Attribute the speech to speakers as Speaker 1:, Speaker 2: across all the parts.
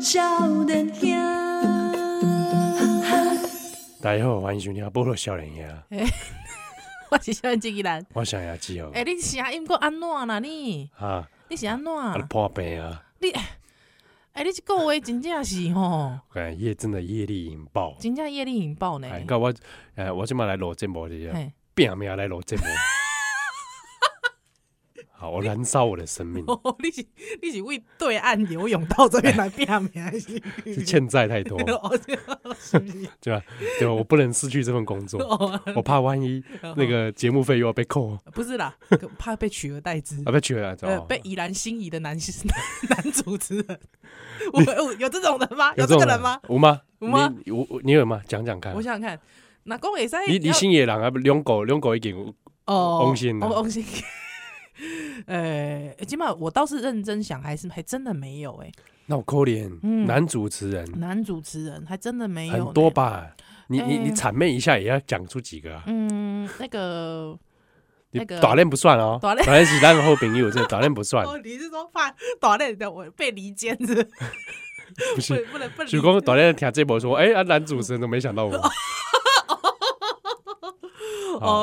Speaker 1: 少年兄，
Speaker 2: 大家好，欢迎收听《菠萝少年兄》，
Speaker 3: 我是小机器人。
Speaker 2: 我想要只哦
Speaker 3: 哎、你声音够安怎啦你？
Speaker 2: 啊，
Speaker 3: 你是安怎？
Speaker 2: 啊破病啊，
Speaker 3: 你哎、你这个话真正是吼，
Speaker 2: 哎业真的业力引爆，
Speaker 3: 真正业力引爆呢。
Speaker 2: 哎，到我哎我今嘛来录节目的，
Speaker 3: 嘿，
Speaker 2: 拼命来录节目，好，我燃烧我的生命，
Speaker 3: 哦，你是你是为对岸游泳到这边来变名还 是？
Speaker 2: 是欠债太多，
Speaker 3: 哦，是不是？
Speaker 2: 对吧？对吧？我不能失去这份工作，
Speaker 3: 哦，
Speaker 2: 我怕万一那个节目费又要被扣啊，
Speaker 3: 不是 啦，怕被取而代之。
Speaker 2: 被取了，
Speaker 3: 呃，
Speaker 2: 哦
Speaker 3: 被宜兰心仪的男 男主持人，我有有这种人吗？有
Speaker 2: 这
Speaker 3: 这
Speaker 2: 种
Speaker 3: 个人吗？？
Speaker 2: 有吗？
Speaker 3: 有吗
Speaker 2: 你？我你有吗？讲讲看
Speaker 3: 我。想想哎看，哪公也在
Speaker 2: 你你新野人啊，两狗两狗已经有
Speaker 3: 哦，
Speaker 2: 翁信啊
Speaker 3: 哦，翁信。呃，起码我倒是认真想，还是还真的没有哎、
Speaker 2: 那我扣脸，
Speaker 3: 嗯
Speaker 2: 男主持人
Speaker 3: 男主持人还真的没有、
Speaker 2: 很多？吧？你你
Speaker 3: 哎
Speaker 2: 你谄媚一下也要讲出几个啊？
Speaker 3: 嗯，那个
Speaker 2: 你
Speaker 3: 那个
Speaker 2: 打练不算哦，
Speaker 3: 打练
Speaker 2: 打练是咱的后朋友，这打练不算，
Speaker 3: 哦，你是说怕短链的我被离间是
Speaker 2: 不
Speaker 3: 不是
Speaker 2: 是。
Speaker 3: 不能不能
Speaker 2: 许光打练听这波说，
Speaker 3: 嗯
Speaker 2: 哎啊，男主持人都没想 到我。
Speaker 3: 哦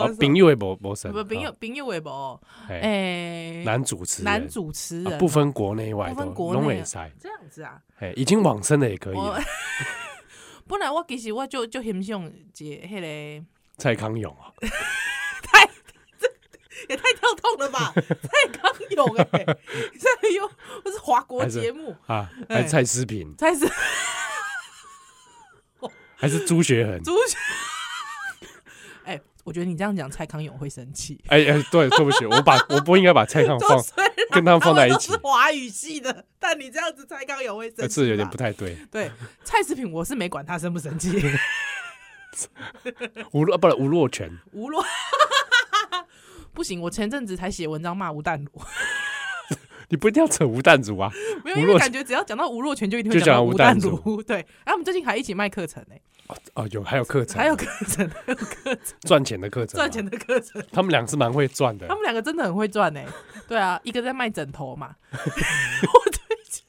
Speaker 2: 啊
Speaker 3: 是
Speaker 2: 朋友也没没神，
Speaker 3: 不朋友
Speaker 2: 啊
Speaker 3: 朋友微博
Speaker 2: 哎，
Speaker 3: 哎
Speaker 2: 男主持人
Speaker 3: 男主持
Speaker 2: 啊
Speaker 3: 人哦
Speaker 2: 不分国内外
Speaker 3: 不
Speaker 2: 都
Speaker 3: 分国
Speaker 2: 拢
Speaker 3: 内
Speaker 2: 会
Speaker 3: 啊哦
Speaker 2: 使，
Speaker 3: 这样子啊，
Speaker 2: 哎，已经往生的也可以
Speaker 3: 我
Speaker 2: 了。
Speaker 3: 本来我其实我就就很想解迄个。
Speaker 2: 蔡康永啊，
Speaker 3: 太这也太跳痛了吧！蔡康永哎、欸，这又不是华国节目，
Speaker 2: 啊，还
Speaker 3: 哎
Speaker 2: 是蔡思平，
Speaker 3: 才是
Speaker 2: 还是朱学恒，
Speaker 3: 主角。 哎、我觉得你这样讲蔡康永会生气。
Speaker 2: 哎哎，对，对不起，我把我不应该把蔡康
Speaker 3: 就
Speaker 2: 放
Speaker 3: 虽然
Speaker 2: 跟他们放在一
Speaker 3: 都
Speaker 2: 起
Speaker 3: 是，华语系的，但你这样子蔡康永会生
Speaker 2: 呃
Speaker 3: 气吧，
Speaker 2: 是有点不太对。
Speaker 3: 对。蔡思品我是没管他生不生 气，
Speaker 2: 吴若不是吴若权，
Speaker 3: 无论 不行，我前阵子才写文章骂吴淡如，
Speaker 2: 你不一定要扯吴淡如啊。
Speaker 3: 没有，
Speaker 2: 吴
Speaker 3: 因
Speaker 2: 若
Speaker 3: 为
Speaker 2: 权
Speaker 3: 感觉只要讲到吴若权就一定会
Speaker 2: 就
Speaker 3: 讲
Speaker 2: 讲
Speaker 3: 到
Speaker 2: 到吴
Speaker 3: 吴淡
Speaker 2: 淡
Speaker 3: 如， 对。然后我们最近还一起卖课程呢、
Speaker 2: 哦，有还有课程，
Speaker 3: 还有课程，还有课程，
Speaker 2: 赚钱的课程，啊
Speaker 3: 赚钱。的课程，
Speaker 2: 他们俩是蛮会赚的
Speaker 3: 他，们两个真的很会赚哎、对啊，一个在卖枕 头嘛，我推荐，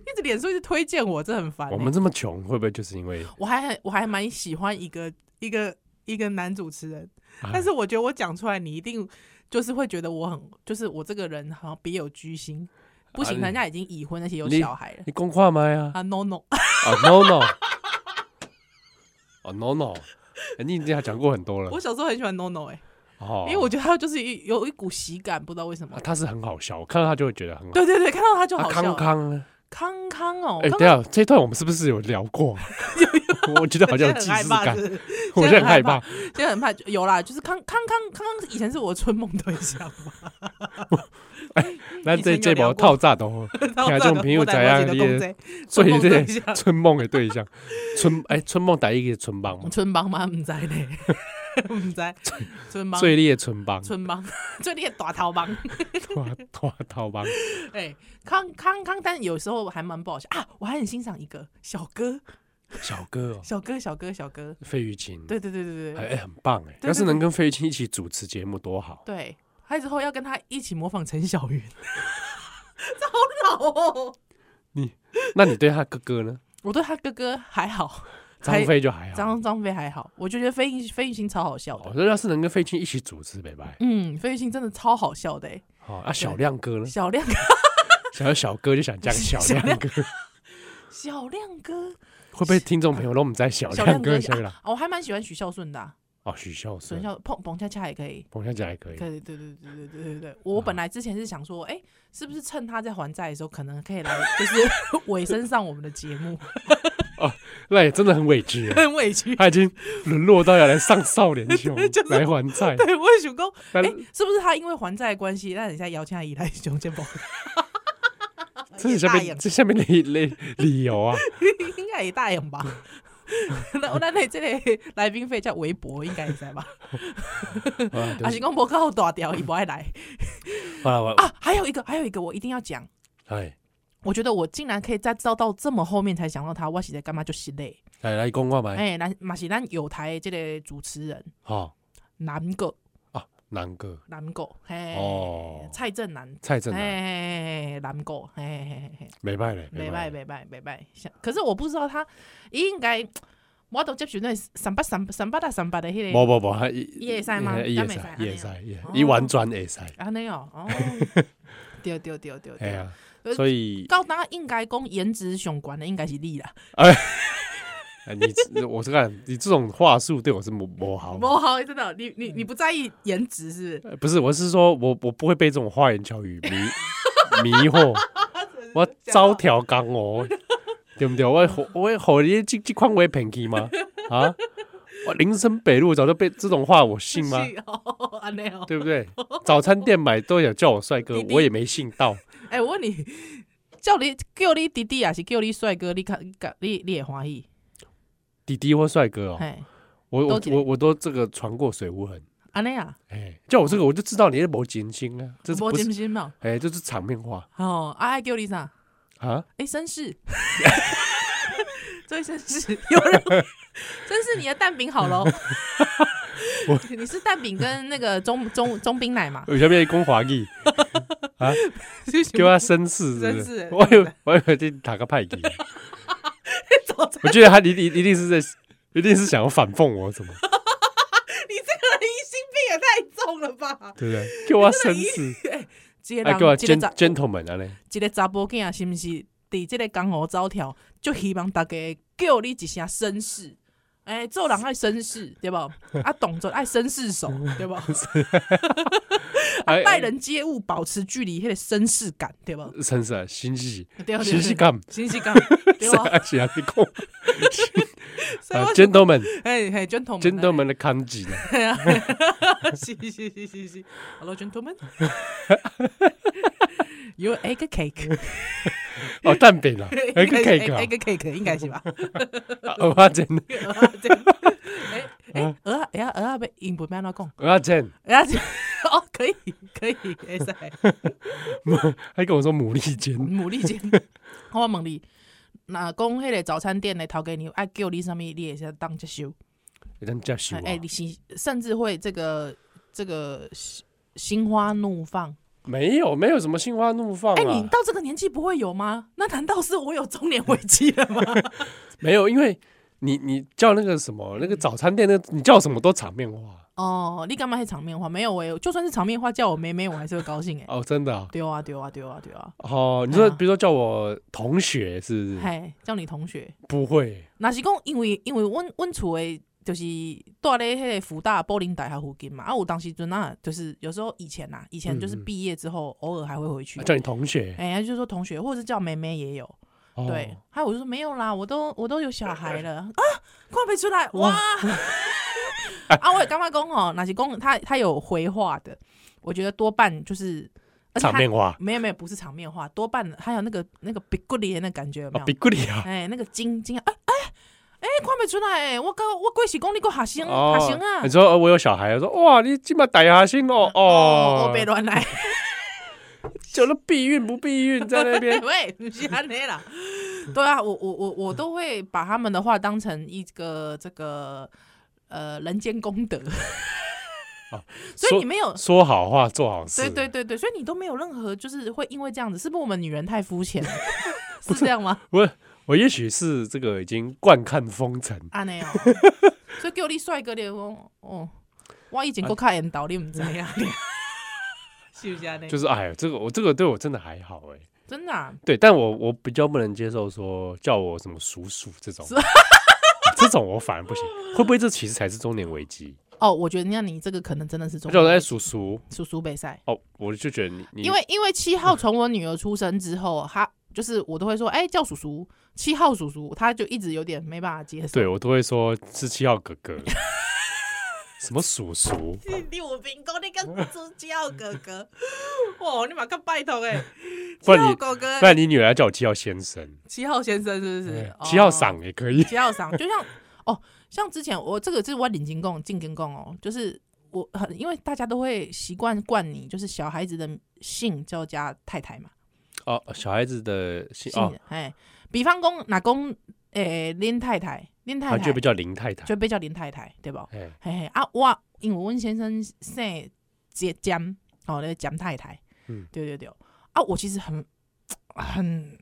Speaker 3: 一直脸书一直推荐我，这很烦、欸。
Speaker 2: 我们这么穷，会不会就是因为
Speaker 3: 我还很我还蛮喜欢一个一个一个男主持人，
Speaker 2: 啊
Speaker 3: 但是我觉得我讲出来，你一定就是会觉得我很，就是我这个人好像别有居心，不行，
Speaker 2: 啊
Speaker 3: 人家已经已婚，而且有
Speaker 2: 你
Speaker 3: 小孩了
Speaker 2: 你公话吗呀？
Speaker 3: 啊，no no，
Speaker 2: 啊，no no，哦 no no，哎你已经讲过很多了
Speaker 3: 我小时候很喜欢 no no 哎、
Speaker 2: 哦，
Speaker 3: 因为我觉得他就是一有一股喜感，不知道为什么
Speaker 2: 啊。他是很好笑，我看到他就会觉得很好。
Speaker 3: 对对对，看到他就
Speaker 2: 啊
Speaker 3: 好
Speaker 2: 康
Speaker 3: 笑了。
Speaker 2: 康呢？
Speaker 3: 康康哦，
Speaker 2: 哎，
Speaker 3: 康
Speaker 2: 等一下这段我们是不是有聊 过啊？我觉得好像有
Speaker 3: 现
Speaker 2: 既
Speaker 3: 在很
Speaker 2: 视
Speaker 3: 害怕
Speaker 2: 感
Speaker 3: 是，不是，
Speaker 2: 我
Speaker 3: 现在
Speaker 2: 现在很
Speaker 3: 很
Speaker 2: 害
Speaker 3: 害
Speaker 2: 怕
Speaker 3: 怕。现在很怕有啦，就是康康康康康以前是我的春梦对 象嘛，
Speaker 2: 咱这这波套炸都，听这种朋友知影你的所
Speaker 3: 春
Speaker 2: 以
Speaker 3: 梦
Speaker 2: 这
Speaker 3: 对
Speaker 2: 个
Speaker 3: 象，
Speaker 2: 春梦的对象，春哎春梦打一个春帮嘛，
Speaker 3: 春帮吗？唔知咧， 唔知春帮
Speaker 2: 最烈春帮，
Speaker 3: 春帮 最烈大头帮，
Speaker 2: 拖拖头帮，
Speaker 3: 哎，康康康，但有时候还蛮不好笑啊，我还很欣赏一个小哥，
Speaker 2: 小哥哦，
Speaker 3: 小哥，小哥，小哥，
Speaker 2: 费玉清，
Speaker 3: 对对对对
Speaker 2: 哎
Speaker 3: 对
Speaker 2: 哎很棒哎，
Speaker 3: 对
Speaker 2: 要是
Speaker 3: 对
Speaker 2: 能跟费玉清一起主持节目多好，
Speaker 3: 对，他之后要跟他一起模仿陈小云， 这好老哦，
Speaker 2: 那你对他哥哥呢？
Speaker 3: 我对他哥哥还好。
Speaker 2: 张飞就还好，
Speaker 3: 张张飞还好，我就觉得飞玉飞玉清超好笑
Speaker 2: 我
Speaker 3: 的。
Speaker 2: 说要是能跟费玉清一起主持，拜拜。
Speaker 3: 嗯，飞玉清真的超好笑的、欸。
Speaker 2: 好啊，小亮哥呢？
Speaker 3: 小亮
Speaker 2: 小小哥就想讲小亮哥，
Speaker 3: 小亮哥，
Speaker 2: 会不会听众朋友都我们在小
Speaker 3: 小
Speaker 2: 亮哥
Speaker 3: 哥
Speaker 2: 下了？
Speaker 3: 啊，我还蛮喜欢许孝顺的、啊，
Speaker 2: 哦，许孝
Speaker 3: 许
Speaker 2: 顺，
Speaker 3: 孝碰彭恰恰也可以。
Speaker 2: 彭小姐还可以，
Speaker 3: 可以，对对对对对对对，我本来之前是想说，哎、是不是趁他在还债的时候，可能可以来，就是 尾声上我们的节目，
Speaker 2: 那也真的很委屈啊。
Speaker 3: 很委屈。
Speaker 2: 他已经沦落到要来上少年秀
Speaker 3: 就是
Speaker 2: 来还债，
Speaker 3: 对，我也想说，
Speaker 2: 但
Speaker 3: 哎、是不是他因为还债的关系，那人家邀请他以来熊先宝，
Speaker 2: 这是
Speaker 3: 也
Speaker 2: 下
Speaker 3: 大
Speaker 2: 面
Speaker 3: 眼
Speaker 2: 这下面的理理由 啊，
Speaker 3: 应该也大洋吧？ 那那你这里来宾费叫微博，应该也在吧？
Speaker 2: 啊
Speaker 3: 啊，是讲无够大条，伊不爱来
Speaker 2: 好了，我
Speaker 3: 啊。还有一个，还有一个，我一定要讲。
Speaker 2: 哎
Speaker 3: 我觉得我竟然可以再照到这么后面才想到他，我是在干嘛就是累。
Speaker 2: 来来
Speaker 3: 哎
Speaker 2: 讲我嘛，
Speaker 3: 哎、咱嘛是咱有台这个主持人
Speaker 2: 好
Speaker 3: 南哥
Speaker 2: 啊，南哥
Speaker 3: 蓝狗，嘿，
Speaker 2: 哦
Speaker 3: 蔡正南，
Speaker 2: 蔡正
Speaker 3: 嘿
Speaker 2: 南，
Speaker 3: 嘿嘿，蓝狗，嘿嘿嘿嘿，
Speaker 2: 没败嘞，
Speaker 3: 哎袂
Speaker 2: 败
Speaker 3: 歹，袂歹，袂歹。像可是我不知道他，伊应该我都接受那三八三三八大三八的迄
Speaker 2: 无无
Speaker 3: 个，
Speaker 2: 无，他伊
Speaker 3: 伊会使吗
Speaker 2: 伊
Speaker 3: 咱
Speaker 2: 会使
Speaker 3: 袂使，
Speaker 2: 伊会
Speaker 3: 安
Speaker 2: 使，伊会
Speaker 3: 哦
Speaker 2: 伊完全会使，
Speaker 3: 安尼哦， 哦，对对对 对
Speaker 2: 哎
Speaker 3: 对。
Speaker 2: 呀
Speaker 3: 呃，
Speaker 2: 所以
Speaker 3: 到当应该讲颜值上悬的应该是你啦，
Speaker 2: 哎你我是看你这种话术对我是不不好，
Speaker 3: 无好真的，你
Speaker 2: 嗯
Speaker 3: 你你不在意颜值是不是？
Speaker 2: 呃不是，我是说我我不会被这种花言巧语 迷迷惑，我招条刚哦，对不对？我会我会吼你这这款我会骗去吗？啊，我林森北路早就被这种话我信吗？
Speaker 3: 是 哦，安尼哦。
Speaker 2: 对不对？早餐店买都有叫我帅哥
Speaker 3: 弟，弟
Speaker 2: 我也没信到。
Speaker 3: 哎、我问你，叫你叫你弟弟也是叫你帅哥，你看你你也欢喜，
Speaker 2: 弟弟或帅哥哦，
Speaker 3: 嘿，
Speaker 2: 我我
Speaker 3: 都
Speaker 2: 我我都这个传过水无痕，
Speaker 3: 安尼啊，
Speaker 2: 哎，叫我这个我就知道你是没金星啊，这是
Speaker 3: 无
Speaker 2: 不是
Speaker 3: 真？心嘛？
Speaker 2: 哎，这是场面话
Speaker 3: 哦，啊，爱叫你啥？
Speaker 2: 啊！
Speaker 3: 哎、绅 士，这位绅士，有人 会，绅士，你的蛋饼好喽。 你是蛋饼跟那个中中中冰 奶嘛？
Speaker 2: 有下面讲华 语，
Speaker 3: 就
Speaker 2: 叫他绅士，是不
Speaker 3: 绅士
Speaker 2: 是？ 我以为我以为你打个派给，
Speaker 3: 早餐，
Speaker 2: 我觉得他一定一定是在，一定是想要反讽我，怎么
Speaker 3: 你这个人疑心病也太重了吧？
Speaker 2: 对不对？ 叫我绅士，
Speaker 3: 一个
Speaker 2: 哎，叫我
Speaker 3: 人，一个
Speaker 2: gen
Speaker 3: 查，
Speaker 2: gentleman 啊嘞，
Speaker 3: 一个查甫囝是毋是？伫即个江湖走跳，就希望大家叫你一声绅士。哎、做人爱绅士，对不？啊，动作爱绅士手，对 不？
Speaker 2: 哎
Speaker 3: 待人接物保持距离，迄个绅士感，对不？
Speaker 2: 绅士啊，新喜
Speaker 3: 对对
Speaker 2: 新喜
Speaker 3: 对。
Speaker 2: 感，
Speaker 3: 新鲜感，对
Speaker 2: 是
Speaker 3: 吧？
Speaker 2: 啊，是啊，你 讲
Speaker 3: 所以
Speaker 2: 啊
Speaker 3: 我是
Speaker 2: ，gentleman。
Speaker 3: 嘿嘿，gentlemen，
Speaker 2: gentleman 的康吉呢？
Speaker 3: 哎 是是是是是 ，Hello gentlemen。You egg cake，哎
Speaker 2: 哦，蛋饼啊，那个 cake 啊
Speaker 3: egg cake 应该 是吧？
Speaker 2: 啊，蚵仔煎，
Speaker 3: 蚵仔煎哎哎，鹅啊，哎呀，鹅啊，被英文安怎讲？
Speaker 2: 蚵仔煎，
Speaker 3: 鹅啊， 哦，可以可以，哎塞，
Speaker 2: 还跟我说牡蛎煎，
Speaker 3: 牡蛎煎。 我问你，若讲迄个早餐店的头家娘爱叫你什么，你也是当接受。
Speaker 2: 人家修啊
Speaker 3: 哎，，你心甚至会这个这个心心花怒放。
Speaker 2: 没有，没有什么心花怒放
Speaker 3: 哎、你
Speaker 2: 啊，
Speaker 3: 到这个年纪不会有吗？那难道是我有中年危机 了吗？
Speaker 2: 没有，因为你你叫那个什么那个早餐店，那个你叫什么都场面话
Speaker 3: 哦，你干嘛还场面话？没有哎、就算是场面话叫我妹妹，我还是会高兴哎、
Speaker 2: 哦，真的啊
Speaker 3: 丢啊丢啊丢啊丢啊！
Speaker 2: 哦，你说
Speaker 3: 对啊
Speaker 2: 比如说叫我同学是不是？
Speaker 3: 嗨，叫你同学，
Speaker 2: 不会，
Speaker 3: 那是讲因为因为阮阮厝诶，就是住咧迄个福大柏林大学附近嘛。啊，我当时阵啊，就是有时候以前呐、啊以前就是
Speaker 2: 嗯嗯
Speaker 3: 毕业之后，偶尔还会回去。
Speaker 2: 叫你同学，
Speaker 3: 哎、就说同学，或者是叫妹妹也有。
Speaker 2: 哦
Speaker 3: 对，，还有我就说没有啦，我都我都有小 孩了啊，看不出来哇！ 啊，我也刚刚讲哦，哪些公他他有回话的，我觉得多半就是而且他
Speaker 2: 场面话
Speaker 3: 没有没有不是场面话，多半还有那个那个鼻骨脸的感觉有没
Speaker 2: 啊，
Speaker 3: 有
Speaker 2: 比？古里啊，
Speaker 3: 哎，那个惊惊哎哎哎，看不出来哎，我刚我过是讲你个学生
Speaker 2: 哦
Speaker 3: 学生啊
Speaker 2: 你，说呃我有小孩，我说哇，你今晚打牙心哦
Speaker 3: 哦，
Speaker 2: 哦
Speaker 3: 我，别乱来，
Speaker 2: 就那避孕不避孕在那边，
Speaker 3: 喂，不是安尼啦。对啊，我我我我都会把他们的话当成一个这个呃人间功德，所以
Speaker 2: 说
Speaker 3: 你没 有，
Speaker 2: 说好话做好事，
Speaker 3: 对对对对，所以你都没有任何就是会因为这样子，是不是我们女人太 肤浅了？是这样吗？
Speaker 2: 我我也许是这个已经惯看风尘，
Speaker 3: 安尼哦，所以叫你帅哥的哦，哦，我以前
Speaker 2: 啊
Speaker 3: 过看缘投，你唔知影， 是不是安尼？
Speaker 2: 就是哎呀，这个我这个对我真的还好哎、
Speaker 3: 真的、啊，
Speaker 2: 对，但我我比较不能接受说叫我什么叔叔这 种啊
Speaker 3: 是，
Speaker 2: 这种我反而不行。会不会这其实才是中年危机？
Speaker 3: 哦，我觉得那你这个可能真的是
Speaker 2: 他
Speaker 3: 中
Speaker 2: 叫我哎叔叔
Speaker 3: 叔叔北赛。
Speaker 2: 哦，我就觉得你嗯你
Speaker 3: 因为因为七号从我女儿出生之后，她就是我都会说，哎、叫叔叔，七号叔叔，她就一直有点没办法接受。
Speaker 2: 对我都会说是七号哥哥，什么叔叔
Speaker 3: 你有病哥，你跟朱七号哥哥，哇，你马上拜托哎、
Speaker 2: 不
Speaker 3: 七
Speaker 2: 然你
Speaker 3: 号哥哥
Speaker 2: 不，然你女儿叫我七号先生，
Speaker 3: 七号先生是不是
Speaker 2: 哎？七号
Speaker 3: 赏，
Speaker 2: 赏也可以。
Speaker 3: 七号赏， 就像哦，像之前我这个是我领金贡进金贡哦，就是我很因为大家都会习惯惯你，就是小孩子的姓就要加太太嘛。
Speaker 2: 哦，小孩子的姓
Speaker 3: 姓
Speaker 2: 哦，
Speaker 3: 哎，比方讲哪公诶林太太，林太
Speaker 2: 他
Speaker 3: 太
Speaker 2: 啊就被叫林太太。
Speaker 3: 就被叫林太太，对吧？
Speaker 2: 哎，
Speaker 3: 嘿嘿啊，我因为阮先生姓接江哦，那个江太太，
Speaker 2: 嗯
Speaker 3: 对对对，啊，我其实很很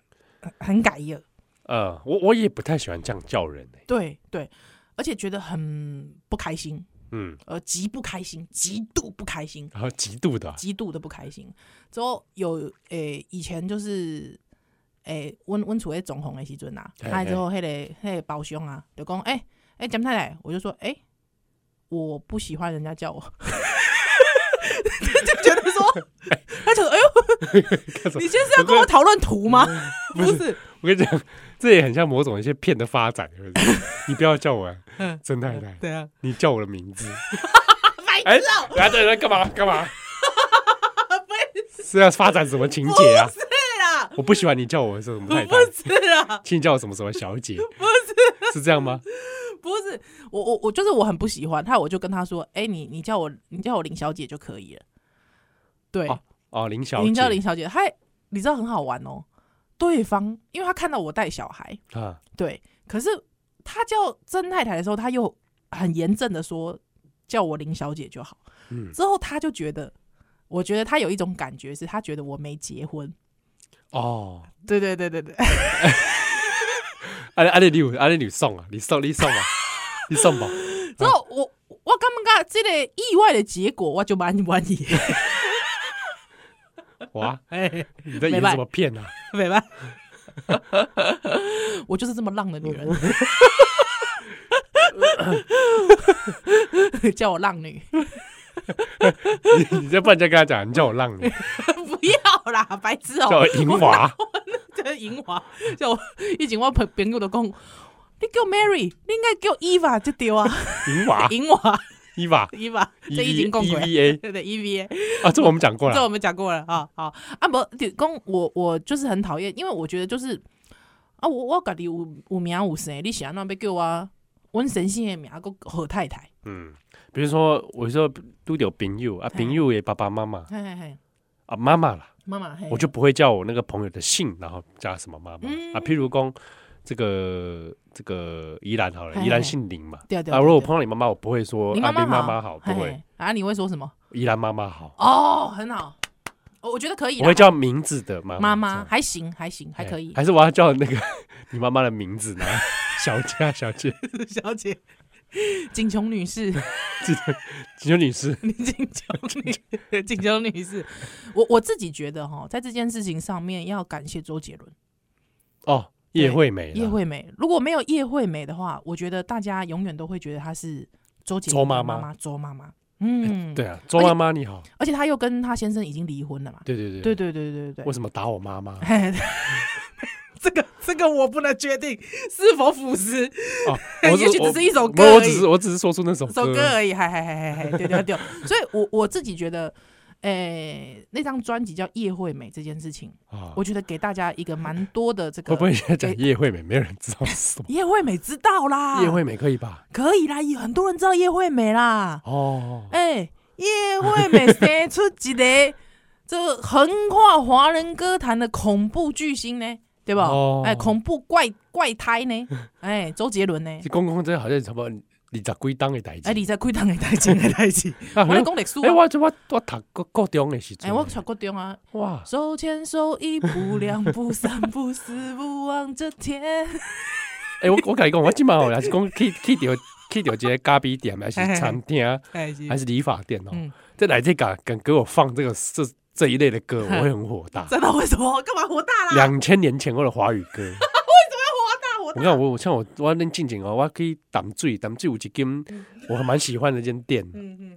Speaker 3: 很改业，
Speaker 2: 呃，我我也不太喜欢这样叫人、欸、
Speaker 3: 对对，而且觉得很不开心，
Speaker 2: 嗯，
Speaker 3: 呃，极不开心，极度不开心，
Speaker 2: 然后极度 的啊、
Speaker 3: 极度的不开心。之后有诶、以前就是诶，阮阮厝诶总红诶时阵啊，
Speaker 2: 嘿
Speaker 3: 啊之后迄、个迄、个胞兄啊，就讲诶诶，蒋、太太，我就说诶、我不喜欢人家叫我， 就觉得说，他就说哎
Speaker 2: 看什
Speaker 3: 呦，
Speaker 2: 么
Speaker 3: 你现在是要跟我讨论图吗？不是，
Speaker 2: 我跟你讲，这也很像某种一些片的发展，是不是 你不要叫我啊
Speaker 3: 嗯
Speaker 2: 曾太太，
Speaker 3: 对啊，
Speaker 2: 你叫我的名字，
Speaker 3: 白
Speaker 2: 哎
Speaker 3: 痴哦、
Speaker 2: 来对来干嘛干 嘛？
Speaker 3: 不
Speaker 2: 是要发展什么情节啊？
Speaker 3: 是啦，
Speaker 2: 我不喜欢你叫我什么太太
Speaker 3: 啊不，是啦，
Speaker 2: 请你叫我什么什么小姐，
Speaker 3: 不是。
Speaker 2: 是这样吗？
Speaker 3: 不是我我我就是我很不喜欢他，我就跟他说，哎、你你叫我你叫我林小姐就可以了。对，
Speaker 2: 哦哦，林小
Speaker 3: 你
Speaker 2: 姐
Speaker 3: 叫林小姐，她你知道很好玩哦。对方因为他看到我带小孩，
Speaker 2: 啊，
Speaker 3: 对，可是他叫曾太太的时候，他又很严正的说叫我林小姐就好。
Speaker 2: 嗯，
Speaker 3: 之后他就觉得，我觉得他有一种感觉是，他觉得我没结婚。
Speaker 2: 哦，
Speaker 3: 对对对对对，
Speaker 2: 阿阿丽你有阿丽你有送啊，你送你送啊，你送吧，
Speaker 3: 之后我我感觉这个意外的结果，我就蛮满意，
Speaker 2: 哇，哎，你在
Speaker 3: 没
Speaker 2: 演
Speaker 3: 办
Speaker 2: 什么片啊？
Speaker 3: 明白？ 我就是这么浪的女 人，叫我浪女，
Speaker 2: 你你再不然再跟他讲，你叫我浪 女，
Speaker 3: 不要啦， 白痴哦、
Speaker 2: 叫我银华，
Speaker 3: 这银华，叫我以前我朋朋友都讲，你叫 Mary，你应该叫 Eva 就对 啊，
Speaker 2: 银华，
Speaker 3: 银华
Speaker 2: 伊娃
Speaker 3: Eva，
Speaker 2: ，E
Speaker 3: 这已经
Speaker 2: V
Speaker 3: 共
Speaker 2: E
Speaker 3: 过了
Speaker 2: V A
Speaker 3: 对对 EVA，
Speaker 2: 啊，这我们讲过
Speaker 3: 这
Speaker 2: 了，
Speaker 3: 我们讲过了啊，好啊不，就讲我我就是很讨厌，因为我觉得就是啊，我我家己有有名有姓，你想那要叫我啊阮神仙的名，个何太太，
Speaker 2: 嗯，比如说我说都有朋友啊，
Speaker 3: 嘿
Speaker 2: 朋友也爸爸妈妈
Speaker 3: 嘿嘿嘿，
Speaker 2: 啊，妈妈啦，
Speaker 3: 妈妈，嘿
Speaker 2: 我就不会叫我那个朋友的姓，然后加什么妈妈
Speaker 3: 嗯
Speaker 2: 啊，譬如讲这个这个宜兰好了，
Speaker 3: 嘿
Speaker 2: 宜兰
Speaker 3: 嘿
Speaker 2: 姓林嘛。
Speaker 3: 对啊对啊，
Speaker 2: 啊，如果我
Speaker 3: 对
Speaker 2: 碰到你妈妈，我不会说
Speaker 3: 你
Speaker 2: 啊
Speaker 3: 妈
Speaker 2: 林妈
Speaker 3: 妈
Speaker 2: 妈好，不
Speaker 3: 嘿
Speaker 2: 会
Speaker 3: 嘿啊，你会说什么？
Speaker 2: 宜兰妈妈好，
Speaker 3: 哦，很好，哦我觉得可以啦，
Speaker 2: 我会叫名字的妈
Speaker 3: 妈
Speaker 2: 啊这
Speaker 3: 妈，
Speaker 2: 样
Speaker 3: 还行还行还可以
Speaker 2: 哎，还是我要叫那个 你妈妈的名字呢？ 小姐啊，小姐，
Speaker 3: 小姐， 锦琼女士，
Speaker 2: 金秋女士，
Speaker 3: 锦琼女， 锦琼女士，我我自己觉得哈，在这件事情上面要感谢周杰伦、
Speaker 2: 哦，叶惠美啦，
Speaker 3: 叶惠美。如果没有叶惠美的话，我觉得大家永远都会觉得她是周杰伦
Speaker 2: 周妈
Speaker 3: 的
Speaker 2: 妈哎
Speaker 3: 妈妈，周妈妈。嗯，
Speaker 2: 对，啊，周妈妈你好，
Speaker 3: 而且她又跟她先生已经离婚了嘛。
Speaker 2: 对对
Speaker 3: 对
Speaker 2: 对，
Speaker 3: 对对对对
Speaker 2: 为
Speaker 3: 对。？
Speaker 2: 什么打我妈妈
Speaker 3: 嘿 这个这个我不能决定是否腐蚀，
Speaker 2: 哦，我
Speaker 3: 哎也许只是一首歌
Speaker 2: 我我
Speaker 3: 而已
Speaker 2: 只是我只是说出那首
Speaker 3: 首
Speaker 2: 歌
Speaker 3: 歌而已，嗨嗨嗨嗨嗨，对对对，所以我我自己觉得，诶、那张专辑叫《叶惠美》这件事情，
Speaker 2: 啊，
Speaker 3: 我觉得给大家一个蛮多的这个。
Speaker 2: 会不会现在讲叶惠美，没有人知道是什么？
Speaker 3: 叶惠美知道啦？
Speaker 2: 叶惠美可以吧？
Speaker 3: 可以啦，有很多人知道叶惠美啦。
Speaker 2: 哦，
Speaker 3: 哎、叶惠美生出一个这横跨华人歌坛的恐怖巨星呢，对吧？哎、
Speaker 2: 哦
Speaker 3: 恐怖怪怪 胎呢？哎、周杰伦呢？
Speaker 2: 这公公这好像差不多二十几档的代志
Speaker 3: 哎、。你在开堂的代 志的代志，
Speaker 2: 啊
Speaker 3: 我在讲历史、啊。
Speaker 2: 哎，我这我我读高高中的时
Speaker 3: 哎、
Speaker 2: 阵，
Speaker 3: 我小国中啊，
Speaker 2: 哇，
Speaker 3: 手牵手，一步两步三步四步望着天。
Speaker 2: 哎，我我跟你讲，我今晚哦，也是讲去 去到去到一个咖啡店，还是餐厅， 啊
Speaker 3: 哎，
Speaker 2: 还是理发店哦
Speaker 3: 嗯，
Speaker 2: 这来这敢敢给我放这个这这一类的 歌，我会很火大。
Speaker 3: 真的？为什么？干嘛活大啦？
Speaker 2: 两千年前后的华语 歌。
Speaker 3: 大活
Speaker 2: 我看我我像我我恁近前哦，我去淡水，淡水有一间我还蛮喜欢的一间店
Speaker 3: 嗯嗯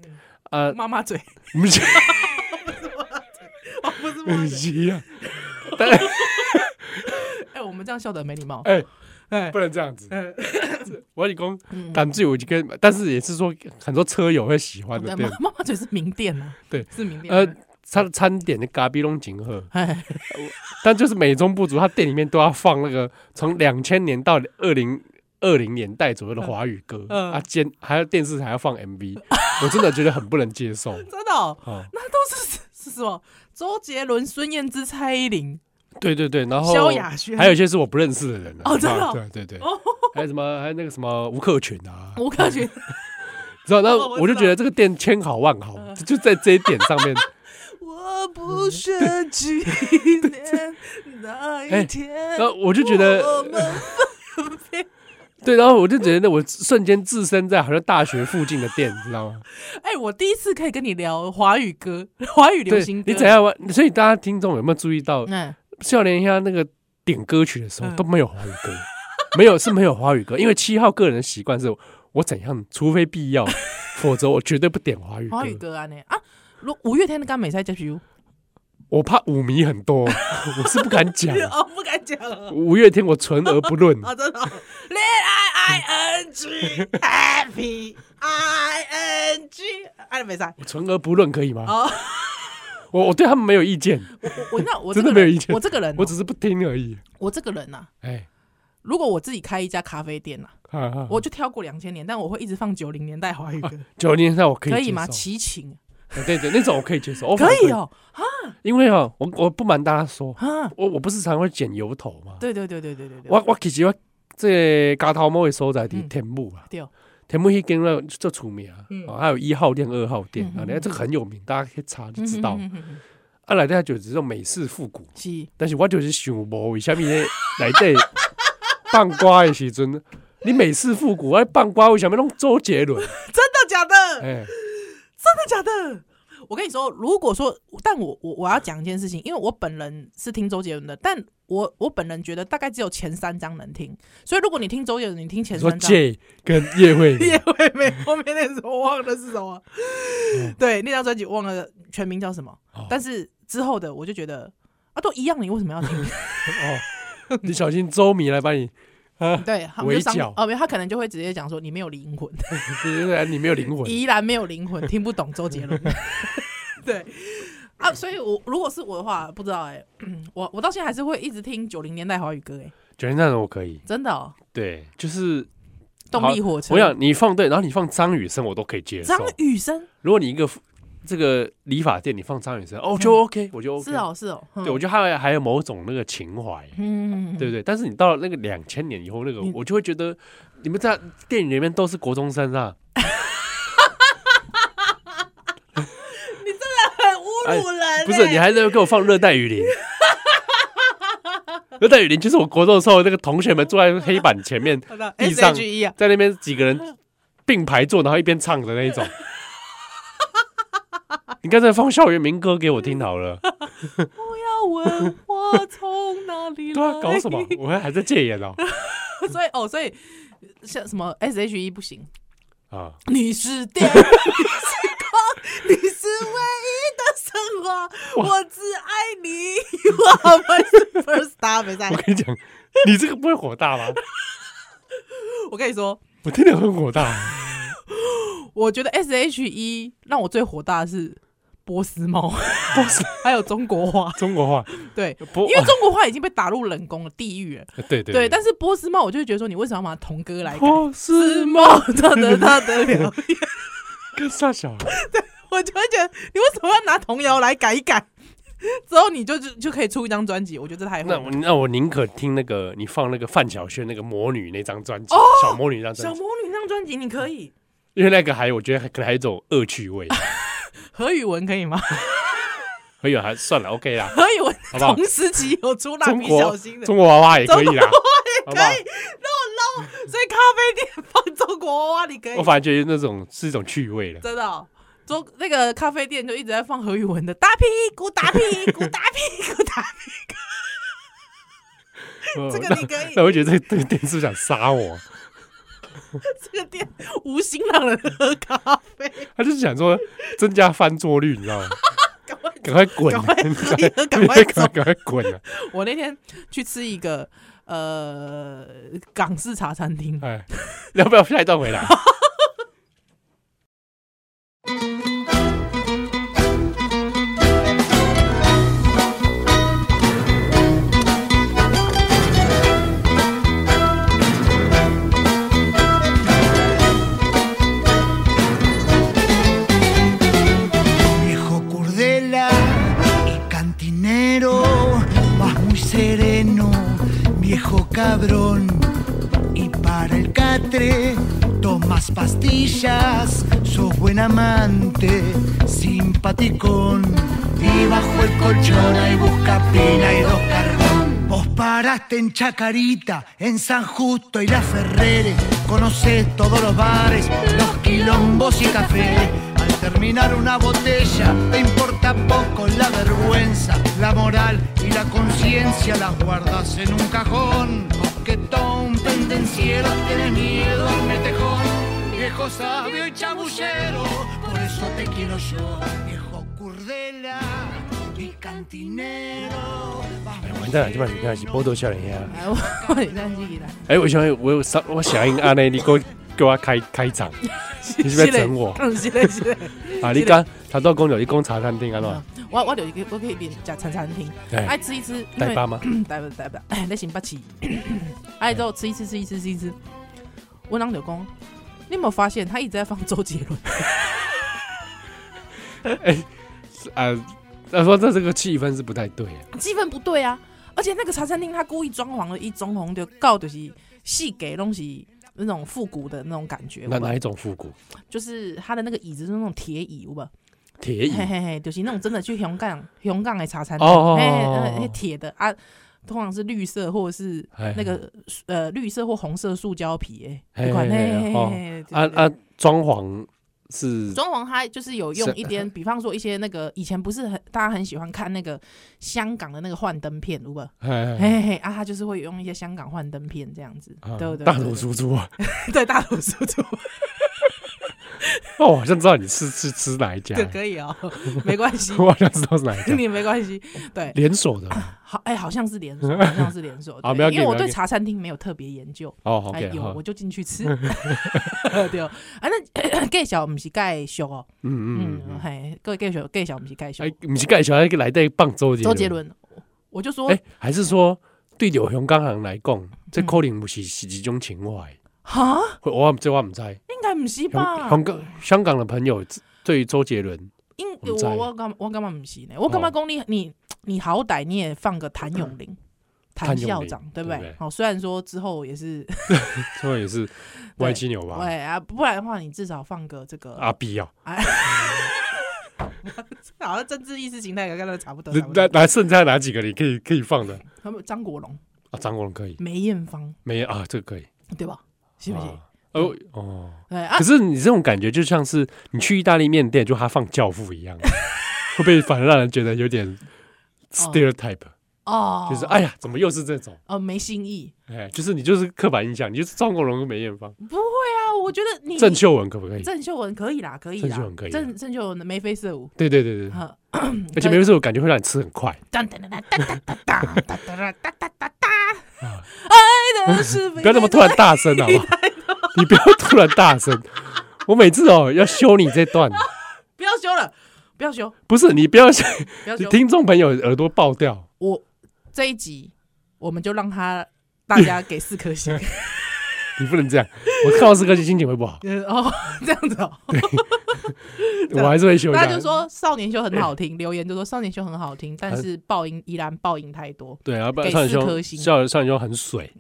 Speaker 2: 啊
Speaker 3: 嗯，，妈妈嘴，
Speaker 2: 不 是
Speaker 3: 哦，不是妈妈
Speaker 2: 不
Speaker 3: 嘴。
Speaker 2: 是 啊，
Speaker 3: 哎，我们这样笑得没礼貌。
Speaker 2: 哎，
Speaker 3: 哎，
Speaker 2: 不能这样子。
Speaker 3: 嗯
Speaker 2: 我是讲
Speaker 3: 嗯
Speaker 2: 淡水有一间，但是也是说很多车友会喜欢的
Speaker 3: 哦对
Speaker 2: 店
Speaker 3: 妈，妈妈嘴是名店啊，
Speaker 2: 对
Speaker 3: 是名店。
Speaker 2: 呃，餐餐点的咖啡拢景喝，
Speaker 3: 哎，
Speaker 2: 但就是美中不足，他店里面都要放那个从两千年到二零二零年代左右的华语歌
Speaker 3: 嗯
Speaker 2: 啊，兼还有电视台要放 MV，我真的觉得很不能接 受
Speaker 3: 真的哦，
Speaker 2: 啊。
Speaker 3: 那都是是什么？周杰伦、孙燕姿、蔡依林、
Speaker 2: 对对对，然后
Speaker 3: 萧亚轩，
Speaker 2: 还有一些是我不认识的人啊
Speaker 3: 哦真的哦
Speaker 2: 对对对
Speaker 3: 哦，
Speaker 2: 还有什么还有那个什么吴克群啊，
Speaker 3: 吴克群。
Speaker 2: 知道？那
Speaker 3: 哦我知道
Speaker 2: 我就觉得这个店千好万好
Speaker 3: 嗯，
Speaker 2: 就在这一点上 面，
Speaker 3: 我不是纪念那一天，
Speaker 2: 然后哎我就觉
Speaker 3: 我
Speaker 2: 得，
Speaker 3: 们分别。
Speaker 2: 对，然后我就觉得我瞬间置身在好像大学附近的店，你知道吗？
Speaker 3: 哎、我第一次可以跟你聊华语歌、华语流
Speaker 2: 对
Speaker 3: 行，歌。
Speaker 2: 你怎？样玩？所以大家听众有没有注意到，
Speaker 3: 嗯，
Speaker 2: 笑莲下那个点歌曲的时候
Speaker 3: 嗯
Speaker 2: 都没有华语歌， 没有是没有华语歌，因为七号个人的习惯是我怎样，除非必 要，否则我绝对不点华语歌。
Speaker 3: 华语歌啊，你啊，如五月天的《刚美赛》接曲，
Speaker 2: 我怕舞迷很 多，我是不敢讲。
Speaker 3: 哦，不敢讲了。
Speaker 2: 五月天我存而不论，
Speaker 3: 啊，真的哦，恋爱 I N G happy I N G，爱了没赛。
Speaker 2: 我存而不论可以吗？
Speaker 3: 哦，
Speaker 2: 我我对他们没有意见，
Speaker 3: 我我我那我
Speaker 2: 真
Speaker 3: 这
Speaker 2: 的
Speaker 3: 个
Speaker 2: 没有
Speaker 3: 人
Speaker 2: 意见
Speaker 3: 我这个人哦，
Speaker 2: 我只是不听而已。
Speaker 3: 我这个人呐、
Speaker 2: 哎，
Speaker 3: 如果我自己开一家咖啡店呐、
Speaker 2: 哈哈
Speaker 3: 我就挑过两千年，但我会一直放九零年代华语歌，
Speaker 2: 九零年代我可以
Speaker 3: 可
Speaker 2: 接
Speaker 3: 以吗？
Speaker 2: 受
Speaker 3: 齐秦
Speaker 2: 哎对对，那种我可以接受，我
Speaker 3: 可以
Speaker 2: 反而
Speaker 3: 哦，
Speaker 2: 因为哦，我我不瞒大家说，
Speaker 3: 啊，
Speaker 2: 我我不是常会剪油头吗？
Speaker 3: 对对对对对对对，
Speaker 2: 我我其实我这加头毛的所在伫
Speaker 3: 嗯
Speaker 2: 天母啊，
Speaker 3: 对
Speaker 2: 天母迄间了就出名啊，
Speaker 3: 嗯
Speaker 2: 哦还有一号店、二号店
Speaker 3: 嗯嗯
Speaker 2: 啊，
Speaker 3: 嗯
Speaker 2: 你看这个很有名，大家可以查就知道
Speaker 3: 嗯。哼哼哼哼
Speaker 2: 啊，内底就是这种美式复古，
Speaker 3: 是
Speaker 2: 但是我就是想无为什么咧内底放歌的时阵，你美式复古，啊放歌为什么弄周杰伦？
Speaker 3: 真的假的？
Speaker 2: 哎，
Speaker 3: 真的假的？我跟你说，如果说，但我我我要讲一件事情，因为我本人是听周杰伦的，但我我本人觉得大概只有前三张能听，所以如果你听周杰伦，你听前
Speaker 2: 你说
Speaker 3: 三张，
Speaker 2: J 跟叶惠
Speaker 3: 叶
Speaker 2: 美，
Speaker 3: 惠美后面那首我忘了是什么，对，那张专辑忘了全名叫什么，
Speaker 2: 嗯哦
Speaker 3: 但是之后的我就觉得啊，都一样，你为什么 要听？
Speaker 2: 哦，你小心周迷来把你啊，
Speaker 3: 对，他们就
Speaker 2: 围
Speaker 3: 伤
Speaker 2: 剿
Speaker 3: 哦，没有，他可能就会直接讲说你没有灵魂，
Speaker 2: 你没有灵 魂，
Speaker 3: 依然没有灵魂，听不懂周 杰伦。对啊，所以我如果是我的话，不知道哎、嗯 我我到现在还是会一直听九零年代华语歌哎、
Speaker 2: 九零那种我可以，
Speaker 3: 真的哦，
Speaker 2: 对，就是
Speaker 3: 动力火车。
Speaker 2: 我想你放对，然后你放张雨生我都可以接受
Speaker 3: 张。雨生
Speaker 2: 如果你一个这个理发店你放张雨生，哦，就 OK，我就 OK。
Speaker 3: 嗯是，哦是哦，嗯
Speaker 2: 对我觉得他还有某种那个情怀，
Speaker 3: 嗯，
Speaker 2: 对不对？但是你到了那个两千年以后，那个
Speaker 3: 嗯
Speaker 2: 我就会觉得你们在电影里面都是国中生 啊，
Speaker 3: 很侮辱人、欸
Speaker 2: 哎不是？你还在那边给我放热带雨 林。热带雨林就是我国中的时候，那个同学们坐在黑板前面，地
Speaker 3: ？S
Speaker 2: 上
Speaker 3: H E 啊，
Speaker 2: 在那边几个人并排坐，然后一边唱的那一 种。你刚才放校园民歌给我听好了。
Speaker 3: 不要问我从哪里来，
Speaker 2: 对啊，搞什 么？我还还在戒烟哦。
Speaker 3: 所以哦，所以像什么 S H E 不行，
Speaker 2: 啊，
Speaker 3: 你是 电，你是光，你是唯一的神话，我只爱你。You are my superstar，没在
Speaker 2: 我。跟你讲，你这个不会火大 吗？
Speaker 3: 我跟你说，
Speaker 2: 我听得很火大。
Speaker 3: 我觉得 S H E 让我最火大的是波斯猫，
Speaker 2: 不是
Speaker 3: 还有中国话。
Speaker 2: 中国话，
Speaker 3: 对，
Speaker 2: 不，哦
Speaker 3: 因为中国话已经被打入冷宫了，地狱了。
Speaker 2: 对对
Speaker 3: 对，但
Speaker 2: 是
Speaker 3: 是波斯猫，我就会觉得说，你为什么要把它童歌来改？
Speaker 2: 波斯猫
Speaker 3: 猫 唱得他得了，
Speaker 2: 跟傻小孩，
Speaker 3: 我就会觉得你为什么要拿童谣来改一改？之后你就就就可以出一张专辑，我觉得这太火
Speaker 2: 那
Speaker 3: 了。
Speaker 2: 我那我宁可听那个你放那个范晓萱那个魔女那张专辑，小魔女那张
Speaker 3: 哦小
Speaker 2: 专辑，
Speaker 3: 魔女那张专辑你可以，
Speaker 2: 因为那个还我觉得还可能还有一种恶趣 味，
Speaker 3: 何宇文可以 吗？
Speaker 2: 所以还算了 OK 啦。
Speaker 3: 何宇文
Speaker 2: 好不好
Speaker 3: 同时期有出蜡
Speaker 2: 中
Speaker 3: 笔
Speaker 2: 国
Speaker 3: 小新的，
Speaker 2: 中国娃娃也可以啦，好
Speaker 3: 可
Speaker 2: 不好？
Speaker 3: 以，那我 low，所以咖啡店放中国娃娃你可以
Speaker 2: 我，反而觉得那种是一种趣味了。
Speaker 3: 真的哦、中那个咖啡店就一直在放何宇文的打屁股打屁股打屁股打屁
Speaker 2: 哦
Speaker 3: 股，这个
Speaker 2: 那
Speaker 3: 你可以
Speaker 2: 那，我觉得这这个店是不是想杀我？
Speaker 3: 这个店无心让人喝咖啡，
Speaker 2: 他就是想说增加翻桌率，你知道吗？
Speaker 3: 赶快
Speaker 2: 赶快滚，啊
Speaker 3: 赶快喝一喝，
Speaker 2: 赶
Speaker 3: 赶快
Speaker 2: 快
Speaker 3: 走
Speaker 2: 滚，。赶快滚啊！
Speaker 3: 我那天去吃一个呃港式茶餐厅，
Speaker 2: 哎，要不要下一段回来？
Speaker 1: Viejo curdela y cantinero, vas muy sereno, viejo cabrón y pa para el catre, tomas pastillas, sos buen amante, simpaticón. Y bajo el colchón hay busca pila y dos carbón. Vos paraste en Chacarita, en San Justo y La Ferrere, conocés todos los bares, los quilombos y cafés. Al terminar una botella, te importa poco la vergüenza, la moral y la conciencia las guardas en un cajón. Coquetón, pendenciero, tienes miedo al metejón. Viejo sabio y chabullero, por eso te quiero yo. Viejo curdela y cantinero.
Speaker 2: 完蛋了，这摆真正是报道少年啊！
Speaker 3: 哎，我 我咱自己来，
Speaker 2: 哎、我想我有啥我想应安尼，你给我给我开开场， 你是不是在整我
Speaker 3: 嗯 是嘞是嘞，
Speaker 2: 啊？你刚头到讲着你讲茶餐厅安怎？
Speaker 3: 我我就去我去那边吃餐餐厅，爱
Speaker 2: 哎，
Speaker 3: 吃一吃，嗯啊因为
Speaker 2: 台爸吗？
Speaker 3: 代表代表，哎，你行不 起，哎，之后吃一吃吃一吃吃一吃，文朗柳公，你有没有发现他一直在放周杰伦？ 嗯
Speaker 2: 啊，他说这这个气氛是不太对啊。
Speaker 3: 气氛不对啊！而且那个茶餐厅他故意装潢了一中红，就告就是细给东西那种复古的那种感觉，
Speaker 2: 哪
Speaker 3: 有没
Speaker 2: 哪
Speaker 3: 有
Speaker 2: 一种复古？
Speaker 3: 就是他的那个椅子是那种铁椅，有吧？
Speaker 2: 铁椅
Speaker 3: 嘿嘿嘿，就是那种真的去香港香港的茶餐厅，
Speaker 2: 哦哦哦
Speaker 3: 嘿
Speaker 2: 哦
Speaker 3: 呃
Speaker 2: 哦
Speaker 3: 那铁的啊，通常是绿色或者是
Speaker 2: 哎
Speaker 3: 那个呃绿色或红色塑胶皮，哎，
Speaker 2: 嘿
Speaker 3: 那款
Speaker 2: 嘿嘿
Speaker 3: 嘿嘿
Speaker 2: 哦
Speaker 3: 嘿，对
Speaker 2: 啊，
Speaker 3: 对
Speaker 2: 啊，装潢是
Speaker 3: 装潢它就是有
Speaker 2: 是
Speaker 3: 用一点，比方说一些那个以前不是很大家很喜欢看那个香港的那个幻灯片，如果
Speaker 2: 哎
Speaker 3: 嘿嘿啊，他就是会用一些香港幻灯片这样子，
Speaker 2: 啊
Speaker 3: 对不对？
Speaker 2: 大头叔叔啊，
Speaker 3: 对，对大头叔叔，
Speaker 2: 哦，我好像知道你是是吃哪一家
Speaker 3: 对，，可以哦，没关系，
Speaker 2: 我好像知道是哪一家，
Speaker 3: 你没 关系，对，
Speaker 2: 连锁的
Speaker 3: 好，哎，好像是 连锁，好像是连锁，
Speaker 2: 好
Speaker 3: 对
Speaker 2: 不要
Speaker 3: 因为
Speaker 2: 紧不
Speaker 3: 我
Speaker 2: 要
Speaker 3: 对
Speaker 2: 紧
Speaker 3: 茶餐厅没有特别研究，
Speaker 2: 哦
Speaker 3: 哎，
Speaker 2: ，OK，
Speaker 3: 有
Speaker 2: 好
Speaker 3: 我就进去吃， 对哦，啊，那 介绍不是介绍哦，
Speaker 2: 嗯嗯
Speaker 3: 嗯，
Speaker 2: 嗯，
Speaker 3: 嘿，各位介绍介绍不是介绍
Speaker 2: 哎，，不是介绍那个来对棒周杰，
Speaker 3: 周杰，伦，我就说
Speaker 2: 哎，还是说对柳雄刚行来
Speaker 3: 嗯
Speaker 2: 讲，这可能不是是一种情怀，
Speaker 3: 哈，
Speaker 2: 我我这我唔知道，
Speaker 3: 应该不是吧
Speaker 2: 香？香港香港的朋友对于周杰伦，
Speaker 3: 因
Speaker 2: 我不知哦
Speaker 3: 我我干我干嘛不行呢？我干嘛讲你你你好歹你也放个谭咏麟，谭
Speaker 2: 谭咏
Speaker 3: 校
Speaker 2: 麟
Speaker 3: 长对不
Speaker 2: 对
Speaker 3: 对
Speaker 2: 不？对
Speaker 3: 好，虽然说之后也是，
Speaker 2: 这位也是歪七扭八
Speaker 3: 喂啊，不然的话你至少放个这个，
Speaker 2: 阿 B 啊，
Speaker 3: 好像政治意识形态跟他差不多。差不
Speaker 2: 哪
Speaker 3: 多
Speaker 2: 哪剩下哪几个你可以可以放的
Speaker 3: 他们张国荣、
Speaker 2: 啊？张国荣可以，
Speaker 3: 梅艳芳
Speaker 2: 没啊，这个可以。
Speaker 3: 对吧？是不是？
Speaker 2: 啊哦哦，
Speaker 3: 对啊
Speaker 2: 可，是你这种感觉就像是你去意大利面店，就他放《教父》 一样，会不会反而让人觉得有点 stereotype？
Speaker 3: 哦，
Speaker 2: 就是哎呀，怎么又是这种？
Speaker 3: 哦没新意，
Speaker 2: 哎，就是你就是刻板印象，你就是张国荣跟梅艳芳、
Speaker 3: 不会啊，我觉得你
Speaker 2: 郑秀文可不可以？
Speaker 3: 郑秀文可以啦，可以
Speaker 2: 郑秀
Speaker 3: 啦
Speaker 2: 文可，以啦嗯
Speaker 3: 郑郑秀文的眉飞色舞，
Speaker 2: 对对对对，对
Speaker 3: 呵
Speaker 2: 而且梅艳芳我感觉会让你吃很快，
Speaker 3: 当当当当当当当当当当当当当 当，
Speaker 2: 啊
Speaker 3: 爱的是
Speaker 2: 不要那么突然大声好不好？ 你不要突然大声，我每次哦要修你这段，
Speaker 3: 不要修了，不要修，
Speaker 2: 不是你不 要，
Speaker 3: 不要修。
Speaker 2: 听众朋友耳朵爆掉，
Speaker 3: 我这一集，我们就让他大家给四 颗星。
Speaker 2: 你不能这样，我看到四颗星心情会不 好，
Speaker 3: 呃哦，这样子哦，
Speaker 2: 我还是会修一
Speaker 3: 啊大
Speaker 2: 下
Speaker 3: 家就。说《少年修》很好听，留言就说《少年修》很好听，但是爆音依然爆音太多。
Speaker 2: 对啊，不然
Speaker 3: 给
Speaker 2: 少年
Speaker 3: 四颗
Speaker 2: 兄，
Speaker 3: 星
Speaker 2: 少少年兄很水，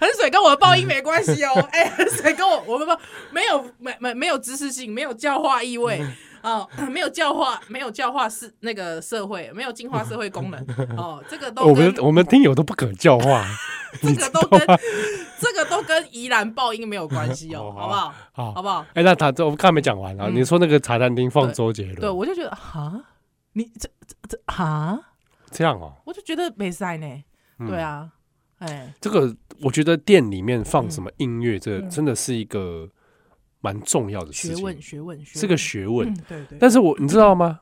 Speaker 3: 很水跟我的爆音没关系哦， 哎，很水跟我我们不没有没没没有知识性，没有教化意味。
Speaker 2: 嗯
Speaker 3: 哦， 没有教化，没有教化是那个社会，没有进化社会功能。哦，这个都
Speaker 2: 我
Speaker 3: 跟
Speaker 2: 们我们听友都不可教 化。
Speaker 3: 这个都跟这个都跟宜兰爆音没有关系哦，
Speaker 2: 啊哦
Speaker 3: 好不好？好
Speaker 2: 好，
Speaker 3: 不好？
Speaker 2: 哎，那他这我们刚才没讲完啊，
Speaker 3: 嗯
Speaker 2: 你说那个茶餐厅放周杰
Speaker 3: 对，
Speaker 2: 伦，
Speaker 3: 我就觉得哈，你这这这哈，
Speaker 2: 这样哦，
Speaker 3: 我就觉得没塞呢。
Speaker 2: 嗯
Speaker 3: 对，啊，哎，
Speaker 2: 这个我觉得店里面放什么音乐，这
Speaker 3: 嗯
Speaker 2: 真的是一个蛮重要的
Speaker 3: 学
Speaker 2: 事
Speaker 3: 问
Speaker 2: 情，
Speaker 3: 学问学问，
Speaker 2: 是个学问
Speaker 3: 嗯。，对对。
Speaker 2: 但是我你知道吗？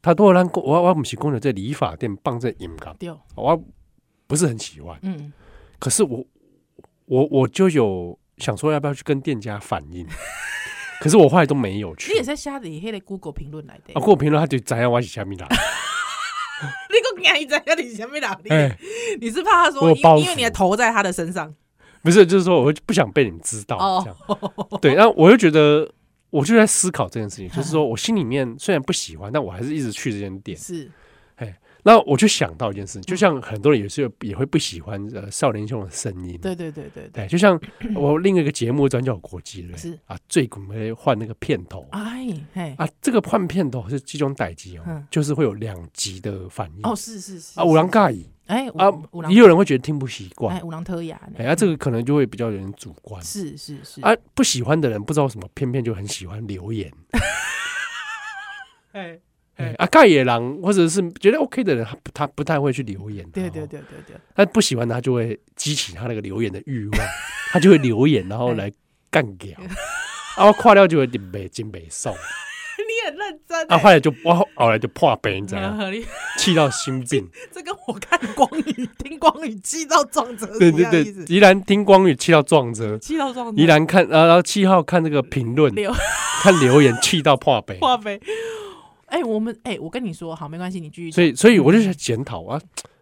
Speaker 2: 他都让我我我们是公的在理发店放这音乐，
Speaker 3: 丢，
Speaker 2: 我不是很喜欢，
Speaker 3: 嗯，
Speaker 2: 可是我我我就有想说要不要去跟店家反 映，可是我后来都没有去
Speaker 3: 你。也在下底迄个 Google 评论来的
Speaker 2: 啊，，过评论他就知影我是虾米 啦，
Speaker 3: 你个硬在那里前面哪里？
Speaker 2: 哎，
Speaker 3: 你是怕他说
Speaker 2: 我有
Speaker 3: 因
Speaker 2: 包
Speaker 3: 因为
Speaker 2: 袱
Speaker 3: 你的头在他的身上
Speaker 2: 不是，就是说我不想被你们知道这样。
Speaker 3: 哦，
Speaker 2: 对，然后我就觉得，我就在
Speaker 3: 嗯
Speaker 2: 思考这件事情，就是说我心里面虽然不喜欢，但我还是一直去这间店。
Speaker 3: 是，
Speaker 2: 那我就想到一件事，就像很多人也是有也会不喜欢呃少年兄的声音，
Speaker 3: 对对对对对，
Speaker 2: 对，就像我另一个节目《转角国际》了，
Speaker 3: 是
Speaker 2: 啊，最古会换那个片头
Speaker 3: 哎嘿，
Speaker 2: 啊，这个换片头是集中逮集哦
Speaker 3: 嗯，
Speaker 2: 就是会有两极的反应
Speaker 3: 哦是是是
Speaker 2: 啊，五郎尬意
Speaker 3: 哎
Speaker 2: 啊
Speaker 3: 五五，郎
Speaker 2: 也有人会觉得听不习惯
Speaker 3: 哎，五郎特雅呢，
Speaker 2: 哎呀，这个可能就会比较有人主观
Speaker 3: 是是是
Speaker 2: 啊，不喜欢的人不知道为什么，偏偏就很喜欢留言。
Speaker 3: 哎
Speaker 2: 哎，啊，盖野狼或者是觉得 OK 的人，他不他不太会去留言。
Speaker 3: 对
Speaker 2: 然后
Speaker 3: 对，对对对，
Speaker 2: 他不喜欢的他就会激起他那个留言的欲望，他就会留言，然
Speaker 3: 哎
Speaker 2: 后来干掉。啊，我跨掉就会点北京北送，
Speaker 3: 你很认真
Speaker 2: 啊，
Speaker 3: 哎
Speaker 2: 后来就我后来就破冰，这样
Speaker 3: 合理，
Speaker 2: 气到心病。
Speaker 3: 这跟我看光宇听光宇气到撞车
Speaker 2: 对
Speaker 3: 是一
Speaker 2: 对
Speaker 3: 样的
Speaker 2: 对
Speaker 3: 意思，，
Speaker 2: 宜兰听光宇气到撞车，
Speaker 3: 气到撞车
Speaker 2: 宜兰看啊，然后七号看这个评论
Speaker 3: 留，
Speaker 2: 看留言气到破北。
Speaker 3: 话呗。哎，我们哎，我跟你说，好，没关系，你继续讲。
Speaker 2: 所以所以
Speaker 3: 嗯
Speaker 2: 我就想检讨啊，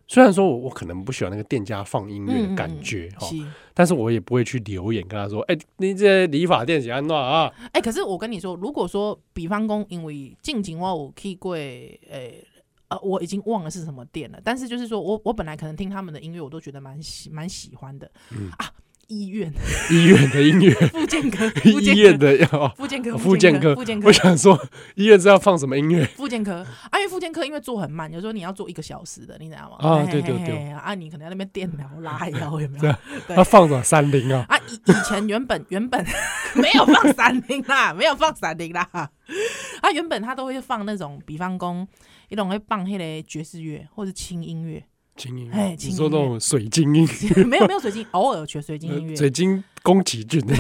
Speaker 2: 虽然说我我可能不喜欢那个店家放音乐的感觉哈，
Speaker 3: 嗯是
Speaker 2: 但是我也不会去留言跟他说，哎、你这理发店是安怎啊？
Speaker 3: 哎、可是我跟你说，如果说比方讲，因为近景话我去过，诶、呃，我已经忘了是什么店了，但是就是说我我本来可能听他们的音乐，我都觉得蛮喜蛮喜欢的、
Speaker 2: 嗯
Speaker 3: 啊。医院、
Speaker 2: 医院的 音乐，
Speaker 3: 附健科、附
Speaker 2: 医
Speaker 3: 健
Speaker 2: 院
Speaker 3: 科、
Speaker 2: 的哦要
Speaker 3: 附健科、
Speaker 2: 附件科
Speaker 3: 附健，科
Speaker 2: 我、想说医院是要放什么音乐？
Speaker 3: 附健科。啊，因为附健科因为做很慢，有时候你要做一个小时的，你知道吗？
Speaker 2: 啊
Speaker 3: 嘿
Speaker 2: 对对
Speaker 3: 嘿
Speaker 2: 对啊
Speaker 3: 嘿啊，你可能在那边电疗拉腰有没
Speaker 2: 这
Speaker 3: 有
Speaker 2: 样？
Speaker 3: 对
Speaker 2: 他放什么三零啊？
Speaker 3: 啊，以以前原本原 本没有放闪灵啦，没有放闪灵啦。啊，原本他都会放那种，比方讲，一种会放迄个爵士乐或是轻音乐，
Speaker 2: 轻音乐，
Speaker 3: 哎
Speaker 2: 你
Speaker 3: 轻
Speaker 2: 说
Speaker 3: 音
Speaker 2: 那
Speaker 3: 乐
Speaker 2: 种水晶 音
Speaker 3: 没有没有水晶，偶尔学水晶音
Speaker 2: 乐，
Speaker 3: 乐
Speaker 2: 水晶宫崎骏的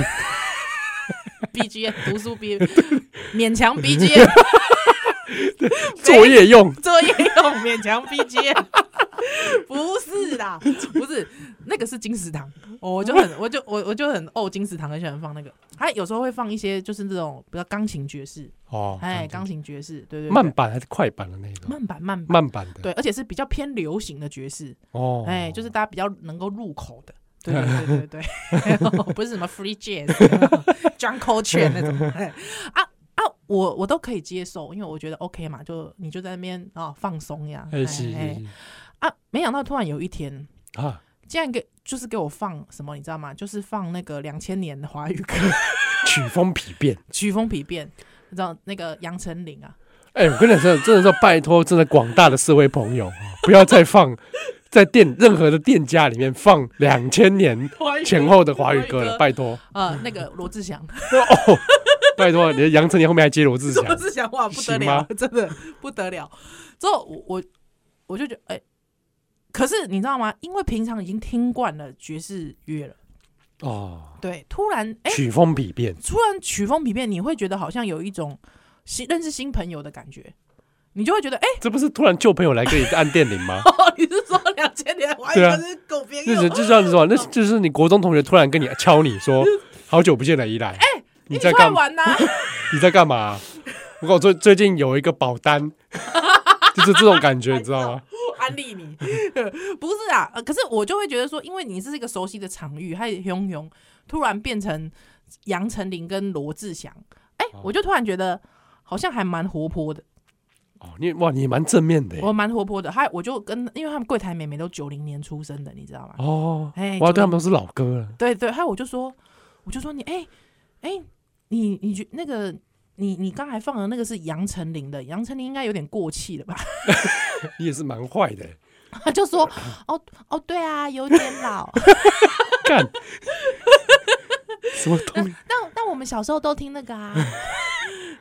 Speaker 3: ，B G M 读书 B，勉强 B G M
Speaker 2: 作业用，
Speaker 3: 作业用勉强 B G M。不是啦，不是那个是金石堂，我我就 很我就我我就很哦，金石堂很喜欢放那个，还有时候会放一些就是那种比较钢琴爵士，
Speaker 2: 哦，
Speaker 3: 哎，
Speaker 2: 这样
Speaker 3: 钢琴爵士，对对对，
Speaker 2: 慢版还是快版的那种？
Speaker 3: 慢版慢版
Speaker 2: 慢版的，
Speaker 3: 对，而且是比较偏流行的爵士，
Speaker 2: 哦，
Speaker 3: 哎、就是大家比较能够入口的。 对对对对对，不是什么 free jazz、John Coltrane 那种。 哎啊啊，我我都可以接受，因为我觉得 OK 嘛，就你就在那边啊放松呀。
Speaker 2: 哎是是
Speaker 3: 哎
Speaker 2: 是
Speaker 3: 啊，没想到突然有一天，
Speaker 2: 啊，
Speaker 3: 竟然给就是给我放什么，你知道吗？就是放那个两千年的华语歌，
Speaker 2: 曲风疲变。
Speaker 3: 曲风疲变，你知道那个杨丞琳啊，
Speaker 2: 哎、我跟你说，真的是拜托，真的广大的社会朋友，啊不要再放在店任何的店家里面放两千年前后的华语歌了，拜托。
Speaker 3: 呃，那个罗志祥。
Speaker 2: 哦，拜托，你的杨丞琳后面还接罗志祥
Speaker 3: 罗，志祥哇，不得
Speaker 2: 行吗
Speaker 3: 了，真的不得了。之后我我我就觉得，哎、可是你知道吗？因为平常已经听惯了爵士乐了，
Speaker 2: 哦，
Speaker 3: 对，突然哎、
Speaker 2: 曲风比变，
Speaker 3: 突然曲风疲变，你会觉得好像有一种新认识新朋友的感觉，你就会觉 得，哎、
Speaker 2: 这不是突然旧朋友来给你按电铃吗？
Speaker 3: 哦，你是说两千年华语
Speaker 2: 对啊
Speaker 3: 歌是狗边
Speaker 2: 就是
Speaker 3: 用？
Speaker 2: 就像你说，那就是你国中同学突然跟你敲你说，好久不见了，依兰，哎、你
Speaker 3: 你
Speaker 2: 在
Speaker 3: 出
Speaker 2: 干
Speaker 3: 来
Speaker 2: 嘛？
Speaker 3: 玩呐、
Speaker 2: 你在干嘛、我跟我最最近有一个保 单，就是这种感觉，你知道吗？
Speaker 3: 安利你，不是啊、呃可是我就会觉得说，因为你是一个熟悉的场域，还有熊熊突然变成杨丞琳跟罗志祥，哎、我就突然觉得好像还蛮活泼的，
Speaker 2: 哦，你哇，你蛮正面的耶。
Speaker 3: 我蛮活泼的，还我就跟因为他们柜台妹妹都九零年出生的，你知道吗？
Speaker 2: 哦，
Speaker 3: 哎
Speaker 2: 哇，
Speaker 3: 就
Speaker 2: 对他们都是老歌了。
Speaker 3: 对对，还有我就说，我就说你，哎、哎、你你觉那个你你刚才放的那个是杨丞琳的，杨丞琳应该有点过气了吧？
Speaker 2: 你也是蛮坏的，
Speaker 3: 他就说，哦哦，对啊，有点老。
Speaker 2: 干 什么东
Speaker 3: 但但我们小时候都听那个啊，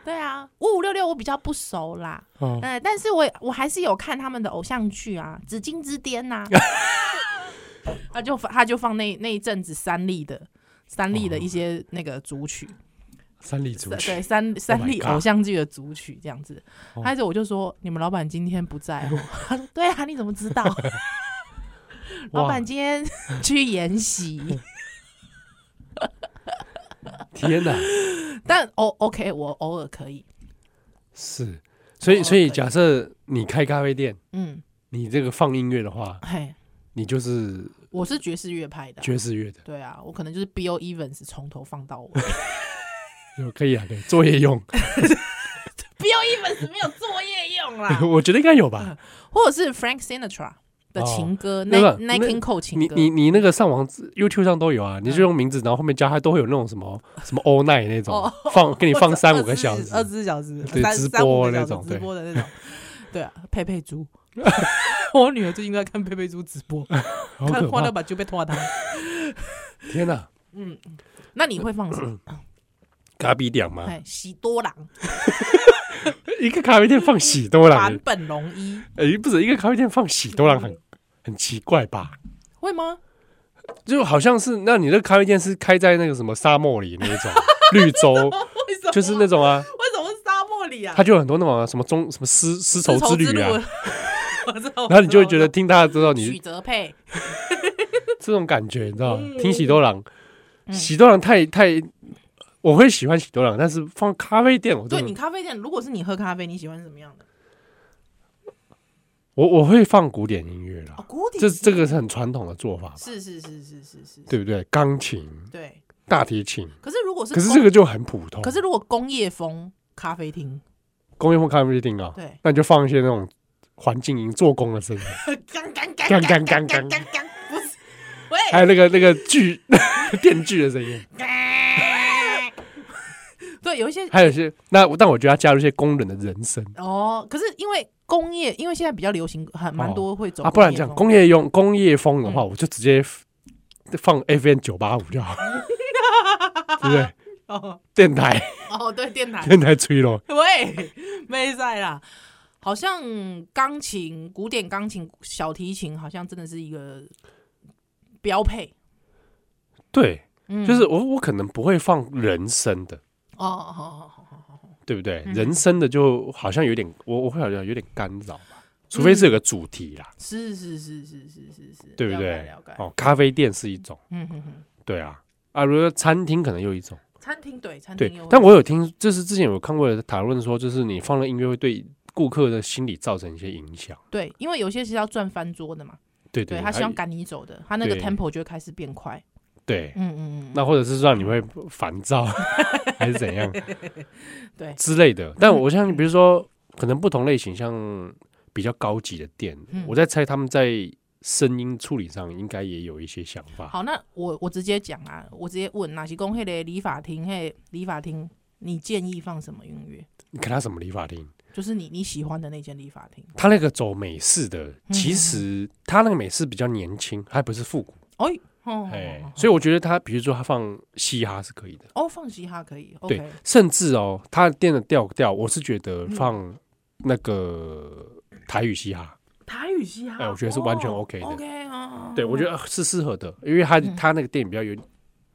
Speaker 3: 对啊，五五六六我比较不熟啦，
Speaker 2: 哦，
Speaker 3: 呃，但是我也我还是有看他们的偶像剧啊，《紫禁之巅》 呐、他就他就放那那一阵子三立的三立的一些那个组曲，
Speaker 2: 三里族
Speaker 3: 对
Speaker 2: 哦曲，Oh
Speaker 3: 三三立
Speaker 2: God
Speaker 3: 偶像剧的组曲这样子
Speaker 2: 哦。
Speaker 3: 开始我就说你们老板今天不在 哦，他说对啊，你怎么知道？老
Speaker 2: 哇
Speaker 3: 板！今天 去研习。
Speaker 2: 天哪，
Speaker 3: 但偶 OK，我偶尔可以，
Speaker 2: 是，所以
Speaker 3: 哦
Speaker 2: 所以
Speaker 3: 可以
Speaker 2: 假设你开咖啡店，
Speaker 3: 嗯，
Speaker 2: 你这个放音乐的话，
Speaker 3: 嘿，
Speaker 2: 你就是
Speaker 3: 我是爵士乐派的啊、
Speaker 2: 爵士乐的，
Speaker 3: 对啊，我可能就是 Bill Evans 从头放到尾。
Speaker 2: 就可以啊，可以作业用。，
Speaker 3: Bill Evans 没有作业用，种啦
Speaker 2: 我觉得应该有吧。
Speaker 3: 或者是 Frank Sinatra 的情歌
Speaker 2: 那个
Speaker 3: Nat Nat King Cole 情
Speaker 2: 你
Speaker 3: 歌，
Speaker 2: 你你那个上网 YouTube 上都有啊，你就用名字，然后后面加它都会有那种什么什么 all night 那种
Speaker 3: 哦，
Speaker 2: 放给你放三五个小 时
Speaker 3: 二十四小时，
Speaker 2: 对
Speaker 3: 三
Speaker 2: 直
Speaker 3: 三五
Speaker 2: 播
Speaker 3: 个小
Speaker 2: 那
Speaker 3: 时
Speaker 2: 种
Speaker 3: 直
Speaker 2: 对
Speaker 3: 播的那 种。对啊，佩佩猪， 我女儿最近都在看佩佩猪直播，
Speaker 2: 哎好
Speaker 3: 看
Speaker 2: 可
Speaker 3: 花到
Speaker 2: 怕！
Speaker 3: 把就被拖汤。
Speaker 2: 天哪，
Speaker 3: 那你会放什么？
Speaker 2: 嗯咖比点吗？
Speaker 3: 哎，喜多郎、
Speaker 2: 一个咖啡店放喜多
Speaker 3: 坂
Speaker 2: 郎，
Speaker 3: 本龙一
Speaker 2: 诶，不是一个咖啡店放喜多
Speaker 3: 嗯
Speaker 2: 郎很很奇怪吧？
Speaker 3: 会吗？
Speaker 2: 就好像是，那你那个咖啡店是开在那个什么沙漠里那一种绿洲，
Speaker 3: 为什么？
Speaker 2: 就是那种啊，
Speaker 3: 为什么是沙漠里啊？
Speaker 2: 它就有很多那种啊什么中什么丝丝绸之旅啊，，
Speaker 3: 我知道。
Speaker 2: 然后你就会觉得
Speaker 3: 我知道
Speaker 2: 听大家知道
Speaker 3: 许
Speaker 2: 你
Speaker 3: 哲佩
Speaker 2: 这种感觉，你知道吗
Speaker 3: 嗯？
Speaker 2: 听喜多郎，
Speaker 3: 嗯
Speaker 2: 喜多郎太太，我会喜欢喜多郎，但是放咖啡店，我
Speaker 3: 对
Speaker 2: 真
Speaker 3: 你
Speaker 2: 的
Speaker 3: 咖啡店，如果是你喝咖啡，你喜欢什么样的？
Speaker 2: 我我会放古典音乐啦
Speaker 3: 哦，，古典
Speaker 2: 这这个是很传统的做法吧，
Speaker 3: 是是是是是是，
Speaker 2: 对不对？钢琴、
Speaker 3: 对。
Speaker 2: 大提琴，
Speaker 3: 可是如果是
Speaker 2: 可是
Speaker 3: 工
Speaker 2: 这个就很普通。
Speaker 3: 可是如果工业风咖啡厅，
Speaker 2: 工业风咖啡厅啊，
Speaker 3: 对，
Speaker 2: 那你就放一些那种环境音做工的声音，
Speaker 3: 干干干
Speaker 2: 干干
Speaker 3: 干干哎
Speaker 2: 干
Speaker 3: 干
Speaker 2: 干
Speaker 3: 干干，不 是，喂，
Speaker 2: 还有那个那个锯 电锯的声音，
Speaker 3: 对，有一些
Speaker 2: 还有一些那我但我觉得要加入一些工人的人声
Speaker 3: 哦，可是因为工业，因为现在比较流行，很蛮多会走
Speaker 2: 啊，不然这样
Speaker 3: 工业风嗯
Speaker 2: 工业用工业风的话，我就直接 f- 放 FM 九八五就好， 对不对？
Speaker 3: 哦
Speaker 2: 电台
Speaker 3: 哦，对，电台
Speaker 2: 电台吹咯，
Speaker 3: 喂，没在啦。好像钢琴、古典钢琴、小提琴，好像真的是一个标配。
Speaker 2: 对，
Speaker 3: 嗯，
Speaker 2: 就是我我可能不会放人声的，
Speaker 3: 哦哦哦哦哦，
Speaker 2: 对不对？
Speaker 3: 嗯
Speaker 2: 人声的就好像有点我我会好像有点干扰吧，除
Speaker 3: 嗯
Speaker 2: 非是有个主题啦，
Speaker 3: 是是是是是是是，
Speaker 2: 对不
Speaker 3: 了解
Speaker 2: 对
Speaker 3: 了解？，
Speaker 2: 哦，咖啡店是一种，
Speaker 3: 嗯哼哼，
Speaker 2: 对啊。啊，如果餐厅可能又一种，
Speaker 3: 餐厅对餐
Speaker 2: 对
Speaker 3: 厅有，
Speaker 2: 但我有听，就是之前有看过讨论说，就是你放了音乐会对顾客的心理造成一些影响。
Speaker 3: 对，因为有些是要赚翻桌的嘛，
Speaker 2: 对
Speaker 3: 对
Speaker 2: 对，
Speaker 3: 他
Speaker 2: 还
Speaker 3: 希望赶你走的，他那个
Speaker 2: 对
Speaker 3: tempo 就会开始变快。
Speaker 2: 对，
Speaker 3: 嗯嗯嗯，
Speaker 2: 那或者是让你会烦 躁，还是怎样
Speaker 3: 对，
Speaker 2: 之类的。但我相信，比如说，可能不同类型，像比较高级的店
Speaker 3: 嗯，
Speaker 2: 我在猜他们在声音处理上应该也有一些想法。
Speaker 3: 好，那我我直接讲啊，我直接问哪些公会的理发厅，嘿，理发厅，你建议放什么音乐？
Speaker 2: 你看他什么理发厅，
Speaker 3: 就是你你喜欢的那间理发厅。
Speaker 2: 他那个走美式的，
Speaker 3: 嗯
Speaker 2: 其实他那个美式比较年轻，还不是复古。
Speaker 3: 哎，哦，
Speaker 2: 哎，
Speaker 3: 以
Speaker 2: 所以我觉得他，比如说他放嘻哈是可以的。
Speaker 3: 哦，放嘻哈可以
Speaker 2: 对
Speaker 3: ，OK，，
Speaker 2: 甚至哦，他的店的调调，我是觉得放
Speaker 3: 嗯
Speaker 2: 那个台语嘻哈，
Speaker 3: 台语嘻哈，
Speaker 2: 哎我觉得是完全
Speaker 3: 哦
Speaker 2: OK 的
Speaker 3: OK 啊，
Speaker 2: 对我觉
Speaker 3: 得
Speaker 2: 得是适合的，因为他
Speaker 3: 嗯
Speaker 2: 他那个店比较有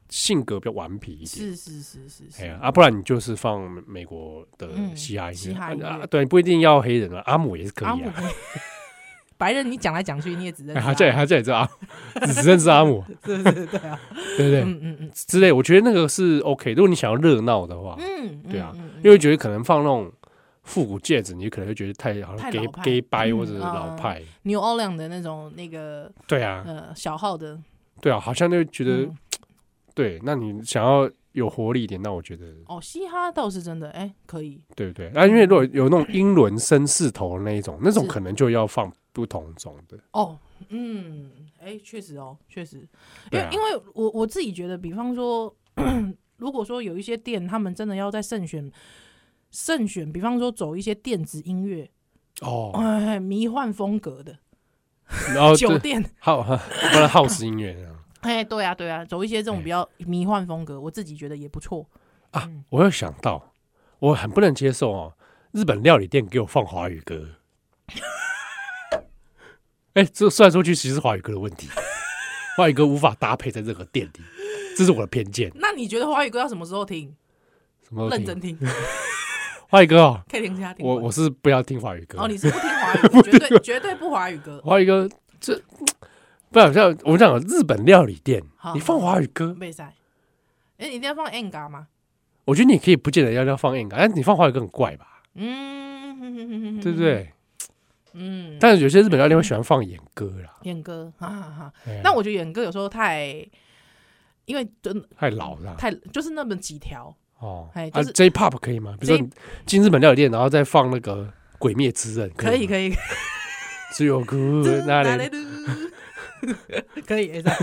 Speaker 2: 性格比较顽皮一点。
Speaker 3: 是是是是
Speaker 2: 哎
Speaker 3: 是
Speaker 2: 呀，啊，不然你就是放美国的
Speaker 3: 嗯
Speaker 2: 嘻哈
Speaker 3: 嘻
Speaker 2: 音
Speaker 3: 哈音
Speaker 2: 乐，
Speaker 3: 乐
Speaker 2: 啊啊，对，不一定要黑人啊，阿姆也是可
Speaker 3: 阿
Speaker 2: 以
Speaker 3: 姆
Speaker 2: 啊。
Speaker 3: 可以。白人，你讲来讲去，你也只认
Speaker 2: 哎，
Speaker 3: 识
Speaker 2: 他
Speaker 3: 阿
Speaker 2: 这里
Speaker 3: 姆，
Speaker 2: 他这里是阿姆，只认识阿姆，
Speaker 3: 是不 是？对啊，
Speaker 2: 对不对？
Speaker 3: 嗯嗯嗯
Speaker 2: 之类，我觉得那个是 OK。如果你想要热闹的话，
Speaker 3: 嗯，
Speaker 2: 对啊
Speaker 3: 嗯，嗯嗯
Speaker 2: 因为觉得可能放那种复古戒指，你可能会觉得太好像
Speaker 3: 太
Speaker 2: gay
Speaker 3: 老派
Speaker 2: gay 掰
Speaker 3: 嗯
Speaker 2: 或者是
Speaker 3: 嗯
Speaker 2: 老派。
Speaker 3: New Orleans 的那种那个
Speaker 2: 对啊，
Speaker 3: 呃小号的，
Speaker 2: 对啊，好像就觉得、
Speaker 3: 嗯
Speaker 2: 对。那你想要有活力一点，那我觉得
Speaker 3: 哦，嘻哈倒是真的，哎，可以，
Speaker 2: 对不对？啊那、因为如果有那种英伦绅士头的那一种，那种
Speaker 3: 是
Speaker 2: 可能就要放不同种的。
Speaker 3: 哦，嗯，哎，确实哦，确实，因
Speaker 2: 对
Speaker 3: 为、
Speaker 2: 啊
Speaker 3: 因为我我自己觉得，比方说， 如果说有一些店，他们真的要在慎选慎选，比方说走一些电子音乐，
Speaker 2: 哦，
Speaker 3: 哎，迷幻风格的、
Speaker 2: 然后
Speaker 3: 酒
Speaker 2: 这
Speaker 3: 店，
Speaker 2: 好， 不然 house 音乐这样
Speaker 3: 哎，对啊，对啊，走一些这种
Speaker 2: 哎
Speaker 3: 比较迷幻风格，我自己觉得也不错。
Speaker 2: 啊，我又想到，我很不能接受哦，日本料理店给我放华语歌。哎、这虽然说去其实是华语歌的问题，华语歌无法搭配在任何店里，这是我的偏见。
Speaker 3: 那你觉得华语歌要什么时候听？
Speaker 2: 什么
Speaker 3: 认真 听，
Speaker 2: 华语歌哦，
Speaker 3: 可以听一下听
Speaker 2: 我
Speaker 3: 完
Speaker 2: 我是不要听华语歌。
Speaker 3: 哦，你是不听华语歌，绝对绝对不华语 歌，
Speaker 2: 华语歌这不好像我们讲日本料理店
Speaker 3: 好，
Speaker 2: 你放华语歌，
Speaker 3: 备赛。哎，你一定要放 N 嘎吗？
Speaker 2: 我觉得你可以不见得要要放硬歌，但你放华语歌很怪吧，
Speaker 3: 嗯，
Speaker 2: 对不？对？
Speaker 3: 嗯，
Speaker 2: 但是有些日本料理店会喜欢放演歌啦，
Speaker 3: 演歌，哈哈哈。
Speaker 2: 哎呀
Speaker 3: 那我觉得演歌有时候太，因为真的
Speaker 2: 太老了
Speaker 3: 太就是那么几条，
Speaker 2: 哦。
Speaker 3: 哎
Speaker 2: 啊
Speaker 3: 就是
Speaker 2: ，J-pop 可以吗？比如
Speaker 3: J-
Speaker 2: 说你进日本料理店，然后再放那个鬼灭之刃》
Speaker 3: 可以
Speaker 2: 以，
Speaker 3: 可以，
Speaker 2: 只有哭那 里，
Speaker 3: 可 以，这样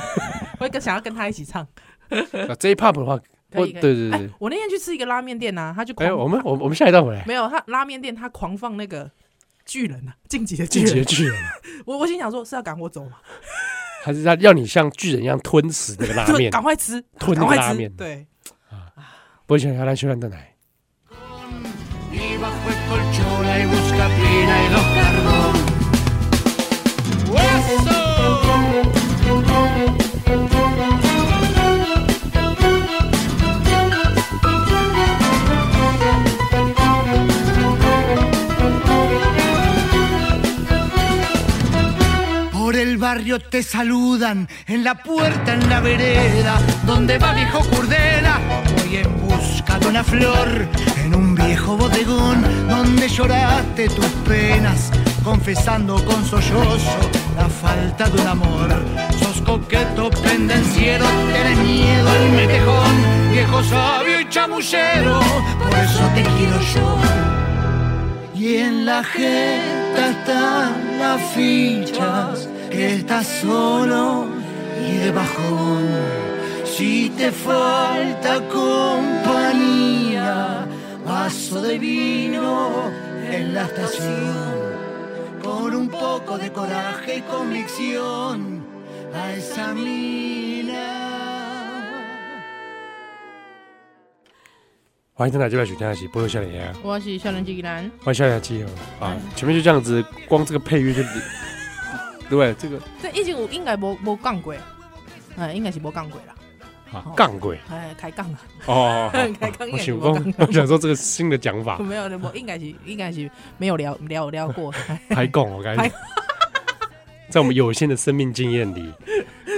Speaker 3: 我也想要跟他一起唱。
Speaker 2: 啊这一 part 的话，
Speaker 3: 可
Speaker 2: 我
Speaker 3: 以，
Speaker 2: 对
Speaker 3: 可以
Speaker 2: 对对
Speaker 3: 哎
Speaker 2: 对，
Speaker 3: 我那天去吃一个拉面店啊呐，他就狂
Speaker 2: 哎，我们我们我们下一段回来，
Speaker 3: 没有他拉面店，他狂放那个巨人啊，晋级的巨
Speaker 2: 进
Speaker 3: 人
Speaker 2: 阶。巨人，啊
Speaker 3: 我我心想说，是要赶我走嘛？
Speaker 2: 还是他要你像巨人一样吞食那个拉
Speaker 3: 就
Speaker 2: 面？
Speaker 3: 赶快吃，
Speaker 2: 吞那
Speaker 3: 赶
Speaker 2: 个
Speaker 3: 快
Speaker 2: 拉
Speaker 3: 吃
Speaker 2: 面
Speaker 3: 对，
Speaker 2: 不行，要来修兰的来，
Speaker 1: Y bajo el colchón hay buscapina y dos carbón. ¡Eso! Por el barrio te saludan, en la puerta, en la vereda, donde va viejo Curdela. Voy en busca de una flor, en un viejo bodegón, donde lloraste tus penas, confesando con sollozo la falta de un amor. Sos coqueto, pendenciero, tenés miedo al metejón, viejo sabio y chamullero, por eso te quiero yo. Y en la jeta están las fichas que estás solo y de bajón. Si te falta compañía, vaso de vino en la estación. Con un poco de coraje y convicción a esa mina.
Speaker 2: 欢迎正在这边收听的是《波多笑脸鸭》，
Speaker 3: 我是小人机男，
Speaker 2: 欢迎笑脸基友啊！前面就这样子，光这个配乐就，对不对？这个
Speaker 3: 这以前我应该无无杠过，哎，应该是无杠过啦，
Speaker 2: 啊杠鬼
Speaker 3: 哎，开杠 啊，
Speaker 2: 哦，好
Speaker 3: 开 杠应
Speaker 2: 我
Speaker 3: 该是
Speaker 2: 想
Speaker 3: 无
Speaker 2: 说啊
Speaker 3: 杠过，，
Speaker 2: 我想说这个新的讲法
Speaker 3: 没有的，我应该是应该是没有聊聊聊 过，哎
Speaker 2: 拍供我感
Speaker 3: 拍
Speaker 2: 觉， 在我们有限的生命经验里，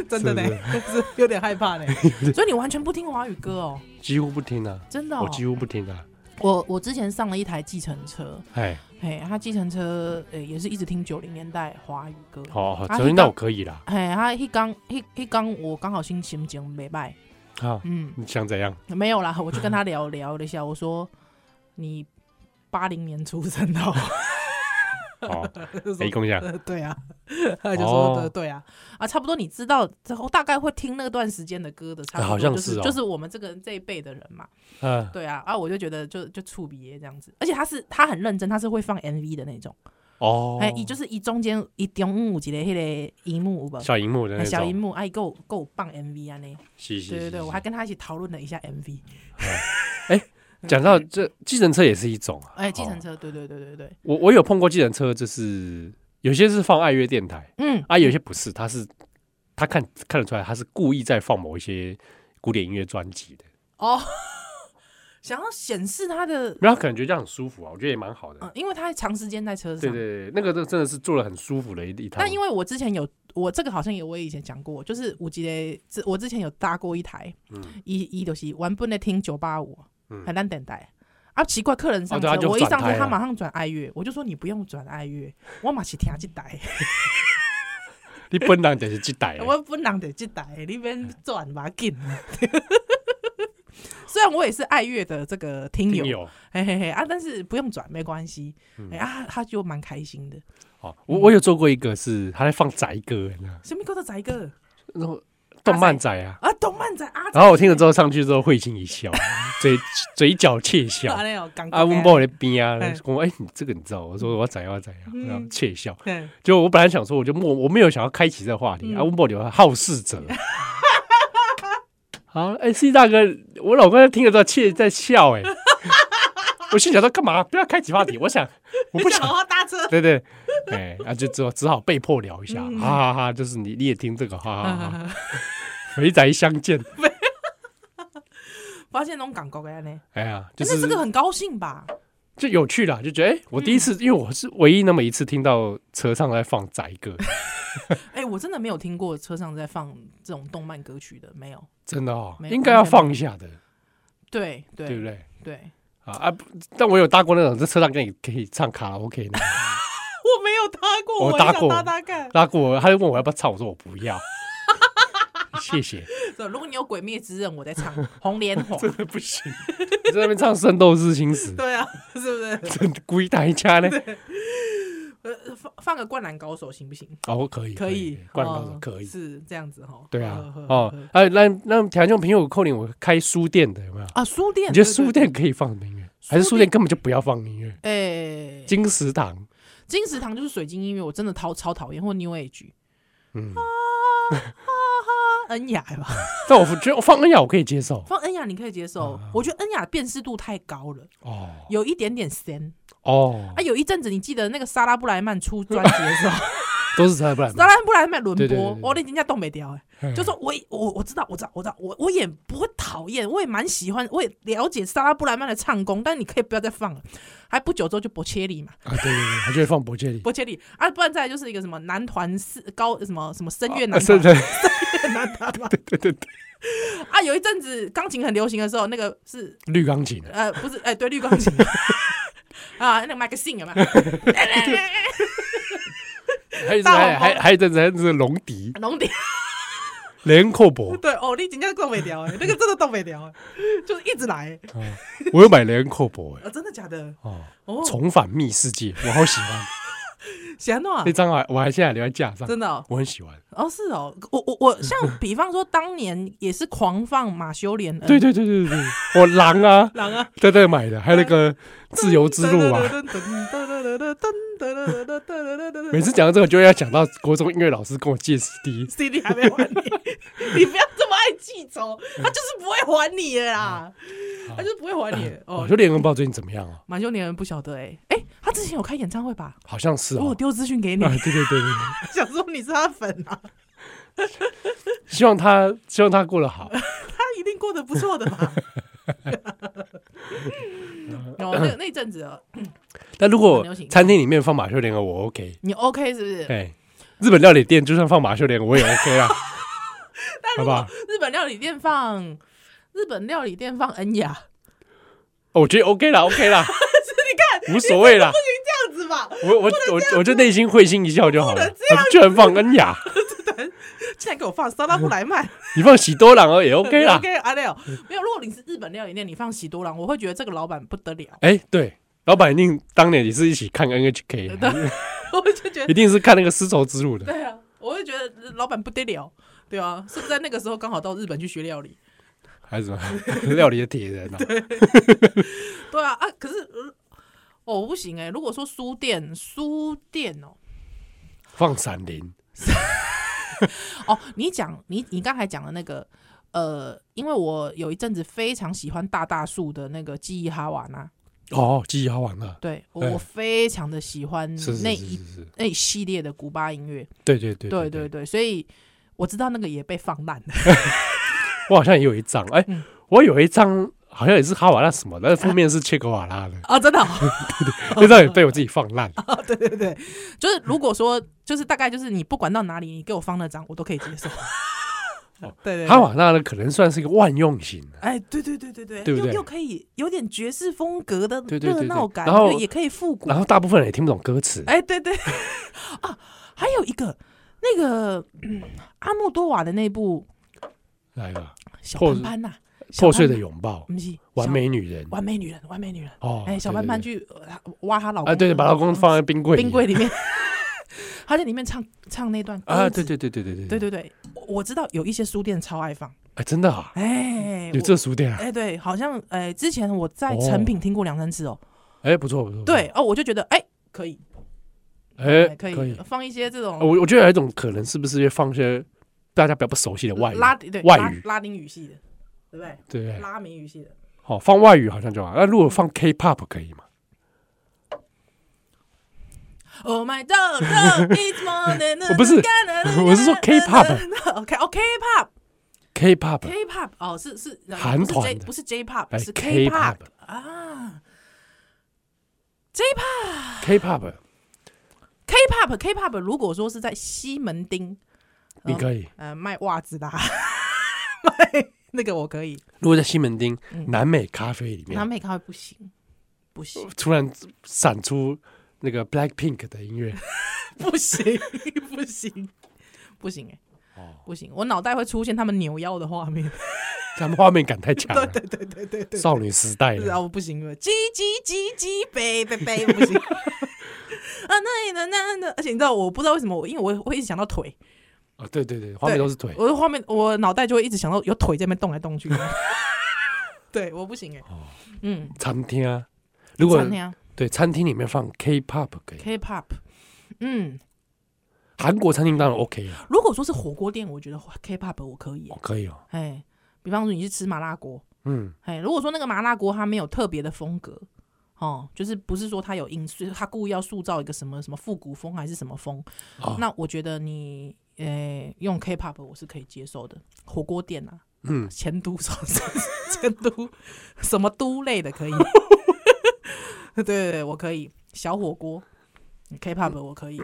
Speaker 3: 真的呢， 就是有点害 怕呢，所以你完全不听华语歌哦，
Speaker 2: 几乎不听啊，
Speaker 3: 真的哦
Speaker 2: 我，几乎不听啊，
Speaker 3: 我我之前上了一台计程车，
Speaker 2: 哎，
Speaker 3: 嘿，他计程车呃也是一直听九零年代华语歌，
Speaker 2: 好好，
Speaker 3: 啊
Speaker 2: 所以那
Speaker 3: 那个
Speaker 2: 我可以啦，
Speaker 3: 嘿，他一刚一一刚我刚好心情情没败，
Speaker 2: 啊，
Speaker 3: 嗯。
Speaker 2: 你想怎 样？
Speaker 3: 没有啦，我就跟 他聊聊了一下，我说你八零年出生的、哦，
Speaker 2: 哦，
Speaker 3: 就说
Speaker 2: 没共享
Speaker 3: 呃对啊，他就
Speaker 2: 哦
Speaker 3: 说对对啊，啊，差不多你知道，之后大概会听那段时间的歌的，差不多
Speaker 2: 好像
Speaker 3: 就是
Speaker 2: 哦
Speaker 3: 就是我们这个这一辈的人嘛，
Speaker 2: 嗯，
Speaker 3: 对啊，啊，我就觉得就就触鼻耶这样子，而且他是他很认真，他是会放 MV 的那种，
Speaker 2: 哦，
Speaker 3: 哎、一就是一中间一中午几的那个荧幕有没有
Speaker 2: 小荧幕的那
Speaker 3: 哎
Speaker 2: 种，
Speaker 3: 小荧幕，哎、啊，够够棒 MV 啊呢，
Speaker 2: 是，是
Speaker 3: 对对对，我还
Speaker 2: 跟
Speaker 3: 跟他一起讨论了一下 MV，
Speaker 2: 讲到这，计程车也是一种啊，
Speaker 3: 哎、计程
Speaker 2: 哦，
Speaker 3: 车，对对对对对，
Speaker 2: 我我有碰过计程车，就是有些是放爱乐电台
Speaker 3: 嗯，
Speaker 2: 啊，有些不是，他是他看看得出来，他是故意在放某一些古典音乐专辑的，
Speaker 3: 哦，想要显示他的，
Speaker 2: 然后可能觉得这样很舒服啊，我觉得也蛮好的，
Speaker 3: 嗯，因为他长时间在车上。
Speaker 2: 对对对，那个真的真的是做了很舒服的一一趟。
Speaker 3: 但因为我之前有，我这个好像也我也以前讲过，就是五级的，之我之前有搭过一台，
Speaker 2: 嗯
Speaker 3: 一一就是原本在听九八五，
Speaker 2: 嗯
Speaker 3: 很难等待。啊，奇怪，客人上车，
Speaker 2: 哦对他就
Speaker 3: 我一上
Speaker 2: 转
Speaker 3: 车，
Speaker 2: 台
Speaker 3: 他
Speaker 2: 了
Speaker 3: 马上转爱乐，我就说你不用转爱乐，我马是听这台，
Speaker 2: 你本人就是这代的，
Speaker 3: 我本人就这台，你边转嘛紧。 虽然我也是爱乐的这个听
Speaker 2: 听
Speaker 3: 友，
Speaker 2: 友
Speaker 3: 嘿嘿嘿啊，但是不用转没关系，
Speaker 2: 嗯
Speaker 3: 哎、啊，他就蛮开心的。
Speaker 2: 哦，我我有做过一个是他在放宅歌，你知道吗
Speaker 3: 什么歌都宅歌
Speaker 2: 那种动漫宅啊。
Speaker 3: 啊，动漫宅啊，
Speaker 2: 然后我听了之后上去之后会心一笑，嘴 嘴角窃笑。
Speaker 3: 啊，那种感觉。
Speaker 2: 阿温抱在边啊，
Speaker 3: 哎
Speaker 2: 跟我哎，你这个你知道？我说我要宰要宰啊，
Speaker 3: 嗯
Speaker 2: 然后窃笑。
Speaker 3: 对，
Speaker 2: 就我本来想说，我就默我没有想要开启这个话题。啊
Speaker 3: 嗯
Speaker 2: 阿温抱有好事者。 好，哎，C 大哥，我老公在听了之后窃在笑，哎， 我心想说干嘛？不要开启话题， 我想我不
Speaker 3: 想
Speaker 2: 想
Speaker 3: 好，好搭车。
Speaker 2: 对对，哎，啊，就只好只好被迫聊一下，哈
Speaker 3: 嗯
Speaker 2: 哈哈，就是你你也听这个，哈哈哈，
Speaker 3: 啊
Speaker 2: 肥宅相见，
Speaker 3: 发现那种感觉的呢，
Speaker 2: 哎呀，就
Speaker 3: 但
Speaker 2: 是
Speaker 3: 是这个很嗯高兴吧？
Speaker 2: 就有趣啦，就觉得哎、诶我第一次，因为我是唯一那么一次听到车上在放宅 歌，
Speaker 3: 哎，我真的没有听过车上在放这种动漫歌曲的，没有。
Speaker 2: 真的哦，
Speaker 3: 没有
Speaker 2: 应该要放一下的，
Speaker 3: 对
Speaker 2: 对不
Speaker 3: 对
Speaker 2: 对？
Speaker 3: 对，
Speaker 2: 啊啊！不但我有搭过那种在车上跟你可以唱卡拉 OK 的，
Speaker 3: 我没有搭过，
Speaker 2: 我
Speaker 3: 我
Speaker 2: 搭
Speaker 3: 也想
Speaker 2: 过
Speaker 3: 搭搭看。
Speaker 2: 搭过我，他就问我要不要唱，我说我不要，谢谢，
Speaker 3: 对如果你有《鬼灭之刃》，我在唱《红莲华》，
Speaker 2: 真的不行，你在那边唱《圣斗士星矢》，
Speaker 3: 对啊，是不是？
Speaker 2: 真的鬼打家呢？
Speaker 3: 呃，放放个《灌篮高手》行不行？
Speaker 2: 哦，可以，
Speaker 3: 可以，
Speaker 2: 灌篮高手
Speaker 3: 哦
Speaker 2: 可以，
Speaker 3: 是这样子哈。
Speaker 2: 对啊
Speaker 3: 呵呵，
Speaker 2: 哦
Speaker 3: 呵，
Speaker 2: 哎，让让条件朋友扣点，我开书店的有没有？
Speaker 3: 啊，书店，
Speaker 2: 你觉得
Speaker 3: 对
Speaker 2: 书？
Speaker 3: 对
Speaker 2: 店
Speaker 3: 对
Speaker 2: 可以放什么音乐？还是
Speaker 3: 书
Speaker 2: 书店根本就不要放音乐？
Speaker 3: 哎，金
Speaker 2: 金石堂，
Speaker 3: 金石堂就是水晶音乐，我真的超超讨厌，或 New Age
Speaker 2: 嗯，
Speaker 3: 啊，恩雅吧，
Speaker 2: 但我觉得我放恩雅我可以接 受
Speaker 3: 放恩雅你可以接受，
Speaker 2: 啊
Speaker 3: 我觉得恩雅的辨识度太高了，
Speaker 2: 哦
Speaker 3: 有一点点森
Speaker 2: 哦
Speaker 3: 啊。，有一阵子你记得那个莎拉布莱曼出专辑的时候，
Speaker 2: 都是他不然
Speaker 3: 莎拉布莱曼轮
Speaker 2: 对对对
Speaker 3: 播
Speaker 2: 对，对
Speaker 3: 我那人家冻没掉哎。就说我我我知道我知道我知道我我也不会讨厌，我也蛮喜欢，我也了解莎拉布莱曼的唱功，但你可以不要再放了。还不久之后就伯切利嘛，
Speaker 2: 啊，对对对，他就会放伯爵里，
Speaker 3: 伯切利啊，不然再来就是一个什么男团四高什么什么声乐
Speaker 2: 啊
Speaker 3: 男
Speaker 2: 是的，
Speaker 3: 团男团嘛
Speaker 2: 对对对，
Speaker 3: 啊，有一阵子钢琴很流行的时候，那个是
Speaker 2: 绿钢琴的，啊
Speaker 3: 呃不是哎、对绿钢琴啊，那个 magazine 有没有？
Speaker 2: 还有一阵
Speaker 3: 大
Speaker 2: 还
Speaker 3: 黄蜂
Speaker 2: 还还有一阵子还有一阵子龙笛、
Speaker 3: 龙顶
Speaker 2: 雷恩寇 博，
Speaker 3: 对哦，你今天冻没掉哎，那个真的冻没掉哎，就是一直来、哎
Speaker 2: 啊我有买雷恩寇博哎，
Speaker 3: 啊，真的假的？
Speaker 2: 哦，
Speaker 3: 哦，
Speaker 2: 重返密世界，我好喜 欢
Speaker 3: 喜安诺啊
Speaker 2: 那，张，还我还现在还留在架上，
Speaker 3: 真的、哦。
Speaker 2: 我很喜欢，
Speaker 3: 哦，是哦，我我我像比方说，当年也是狂放马修连恩，
Speaker 2: 对对对对对对，我狼啊，
Speaker 3: 嗯狼啊，
Speaker 2: 在这买的，还有那个自由之路啊。
Speaker 3: 噔噔噔噔噔噔噔噔噔噔噔噔
Speaker 2: 每次讲到这个，就要想到国中音乐老师跟我借 CD，
Speaker 3: CD 还没还你，你不要这么爱记仇，他就是不会还你的啦，他就是不会还你的
Speaker 2: 我
Speaker 3: 哦
Speaker 2: 说。连恩豹最近怎么样啊？
Speaker 3: 马修连恩不晓得哎哎，他之前有开演唱会吧？
Speaker 2: 好像是
Speaker 3: 我有
Speaker 2: 哦，
Speaker 3: 丢资讯给你
Speaker 2: 啊，，对对对对，对
Speaker 3: 想说你是他粉啊，
Speaker 2: 希望他希望他过得 好。
Speaker 3: 他一定过得不错的 吧？ 哦，那那一阵子哦
Speaker 2: 但如果
Speaker 3: 很流行
Speaker 2: 餐厅里面放马修莲鹅，我 OK。
Speaker 3: 你 OK 是不是？
Speaker 2: 哎，日本料理店就算放马修莲，我也 OK 啊， 好
Speaker 3: 但
Speaker 2: 不
Speaker 3: 如果
Speaker 2: 好？
Speaker 3: 日本料理店放日本料理店放恩雅，
Speaker 2: 哦我觉得 OK 啦，OK 啦，你看无所谓啦，
Speaker 3: 这样子吧，
Speaker 2: 我我我我就内心会心一笑就好了
Speaker 3: 不能这样。
Speaker 2: 居然放恩 雅，
Speaker 3: 竟然给我放莎拉布莱曼
Speaker 2: 你放喜多朗儿也 OK 啦。嗯
Speaker 3: ，OK 阿廖没有。如果你是日本料理店，你放喜多郎，我会觉得这个老板不得了，
Speaker 2: 哎，对，老板一定当年也是一起看 NHK，的
Speaker 3: 我就觉
Speaker 2: 啊一
Speaker 3: 得
Speaker 2: 定是看那个丝绸之路的。
Speaker 3: 对啊，我会觉得老板不得了，对啊，是不是在那个时候刚好到日本去学料理？
Speaker 2: 还是什么 料理的铁人啊？
Speaker 3: 对啊啊，可是呃哦我不行哎、如果说书店书店哦
Speaker 2: 放闪灵，
Speaker 3: 哦，你讲你你刚才讲的那个。呃，因为我有一阵子非常喜欢大大树的那个记忆哈瓦那，
Speaker 2: 哦，记忆好玩啊！
Speaker 3: 对我
Speaker 2: 哎
Speaker 3: 我非常的喜欢
Speaker 2: 是是
Speaker 3: 那
Speaker 2: 是
Speaker 3: 一
Speaker 2: 是是，
Speaker 3: 那一系列的古巴音乐，
Speaker 2: 对对对
Speaker 3: 对对
Speaker 2: 对，
Speaker 3: 对，所以我知道那个也被放烂了。
Speaker 2: 我好像也有一张，哎
Speaker 3: 嗯，啊
Speaker 2: 我有一张好像也是哈瓦那什么，但是封面是切格瓦拉的，
Speaker 3: 啊，真的哦、
Speaker 2: 那张也 被我自己放烂。
Speaker 3: 对对对，就是如果说就是大概就是你不管到哪里，你给我放那张，我都可 以接受。 对对，
Speaker 2: 哈瓦那呢，可能算是一个万用型的，
Speaker 3: 哎，对对对对对，
Speaker 2: 对不对
Speaker 3: 又又可以有点爵士风格的
Speaker 2: 对对对
Speaker 3: 热
Speaker 2: 对
Speaker 3: 闹感，
Speaker 2: 然后啊
Speaker 3: 又也可以复古
Speaker 2: 然。后大部分人也听不懂歌词。
Speaker 3: 哎，对 对啊，还有一个那个、嗯阿莫多瓦的那部
Speaker 2: 来吧，
Speaker 3: 小
Speaker 2: 破
Speaker 3: 潘潘呐、小
Speaker 2: 破碎的
Speaker 3: 潘潘
Speaker 2: 拥抱，
Speaker 3: 不是
Speaker 2: 完
Speaker 3: 小
Speaker 2: 美女人。
Speaker 3: 完美女人，完美女人。
Speaker 2: 哦，
Speaker 3: 哎，小
Speaker 2: 对
Speaker 3: 潘潘。
Speaker 2: 对对
Speaker 3: 去呃挖她老公
Speaker 2: 啊，对对，把老公放在冰柜里。
Speaker 3: 冰柜里面， 他在里面唱唱那段歌
Speaker 2: 啊，对
Speaker 3: 词
Speaker 2: 对对对对对
Speaker 3: 嗯对，对对，我我知道有一些书店超爱放，
Speaker 2: 哎，真的啊，
Speaker 3: 哎，
Speaker 2: 有
Speaker 3: 我
Speaker 2: 这书店啊，
Speaker 3: 哎对，好像哎之前我在
Speaker 2: 哦
Speaker 3: 成品听过两三次哦，
Speaker 2: 哎，不错不错。不错，
Speaker 3: 对哦，我就觉得哎可以
Speaker 2: 哎，
Speaker 3: 可
Speaker 2: 可以
Speaker 3: 以，哦放一些这
Speaker 2: 啊
Speaker 3: 种
Speaker 2: 我我觉得有一种可能是不是会放一些大家比较不熟悉的外语，
Speaker 3: 拉对
Speaker 2: 外
Speaker 3: 拉
Speaker 2: 语哎
Speaker 3: 拉丁语系的，对不对？
Speaker 2: 对不对？
Speaker 3: 拉美语系的
Speaker 2: 好、放外语好像就好。啊那如果
Speaker 3: 嗯
Speaker 2: 放 K-pop 可以吗？
Speaker 3: ，Oh my dog, dog, it's more than
Speaker 2: 我不是我 是说 K-pop
Speaker 3: ，OK 哦 K-pop
Speaker 2: K-pop
Speaker 3: K-pop 哦是是
Speaker 2: 韩
Speaker 3: 不是 J-
Speaker 2: 团的
Speaker 3: 不是 J-pop
Speaker 2: 哎
Speaker 3: 是
Speaker 2: K-pop
Speaker 3: K-pop 啊 J-pop
Speaker 2: K-pop
Speaker 3: K-pop K-pop 如果说是在西门町，
Speaker 2: 你可以。
Speaker 3: 呃，卖袜子的、啊， 卖那个我可以，
Speaker 2: 如果在西门町、
Speaker 3: 嗯
Speaker 2: 南美咖啡里
Speaker 3: 南
Speaker 2: 面
Speaker 3: 美咖啡不行，不 行，
Speaker 2: 突然闪出那个 Black Pink 的音乐，
Speaker 3: 不行，不行，不行哎、
Speaker 2: 哦，
Speaker 3: 不行，我脑袋会出现他们扭腰的画面。
Speaker 2: 他们画面感太强了，
Speaker 3: 对对对对对，
Speaker 2: 少女时代
Speaker 3: 是啊，
Speaker 2: 了，
Speaker 3: 我不行，我叽叽叽叽呗呗呗，不行。 啊，那那那那，而且你知道，我不知道为什么我，因为我我一直想到腿，
Speaker 2: 哦，对对对，画面都是腿，
Speaker 3: 我的画面，我脑袋就会一直想到有腿在那边动来动去。 对，我不行哎、
Speaker 2: 哦
Speaker 3: 嗯，
Speaker 2: 餐厅啊，如果
Speaker 3: 餐厅啊
Speaker 2: 对餐厅里面放 K-pop 可以，
Speaker 3: K-pop，嗯，
Speaker 2: 韩国餐厅当然 OK 啊，
Speaker 3: 如果说是火锅店，我觉得 K-pop 我可以、
Speaker 2: 哦可以哦，
Speaker 3: 哎、比方说你去吃麻辣锅，
Speaker 2: 嗯，
Speaker 3: 哎，如果说那个麻辣锅它没有特别的风格，哦，就是不是说它有因素，它故意要塑造一个什么什么复古风还是什么风，
Speaker 2: 哦
Speaker 3: 那我觉得你呃、用 K-pop 我是可以接受的。火锅店啊，
Speaker 2: 嗯，
Speaker 3: 前都什 么前都什么都类的可以， 对对对，我可以小火锅，K-pop 我可以，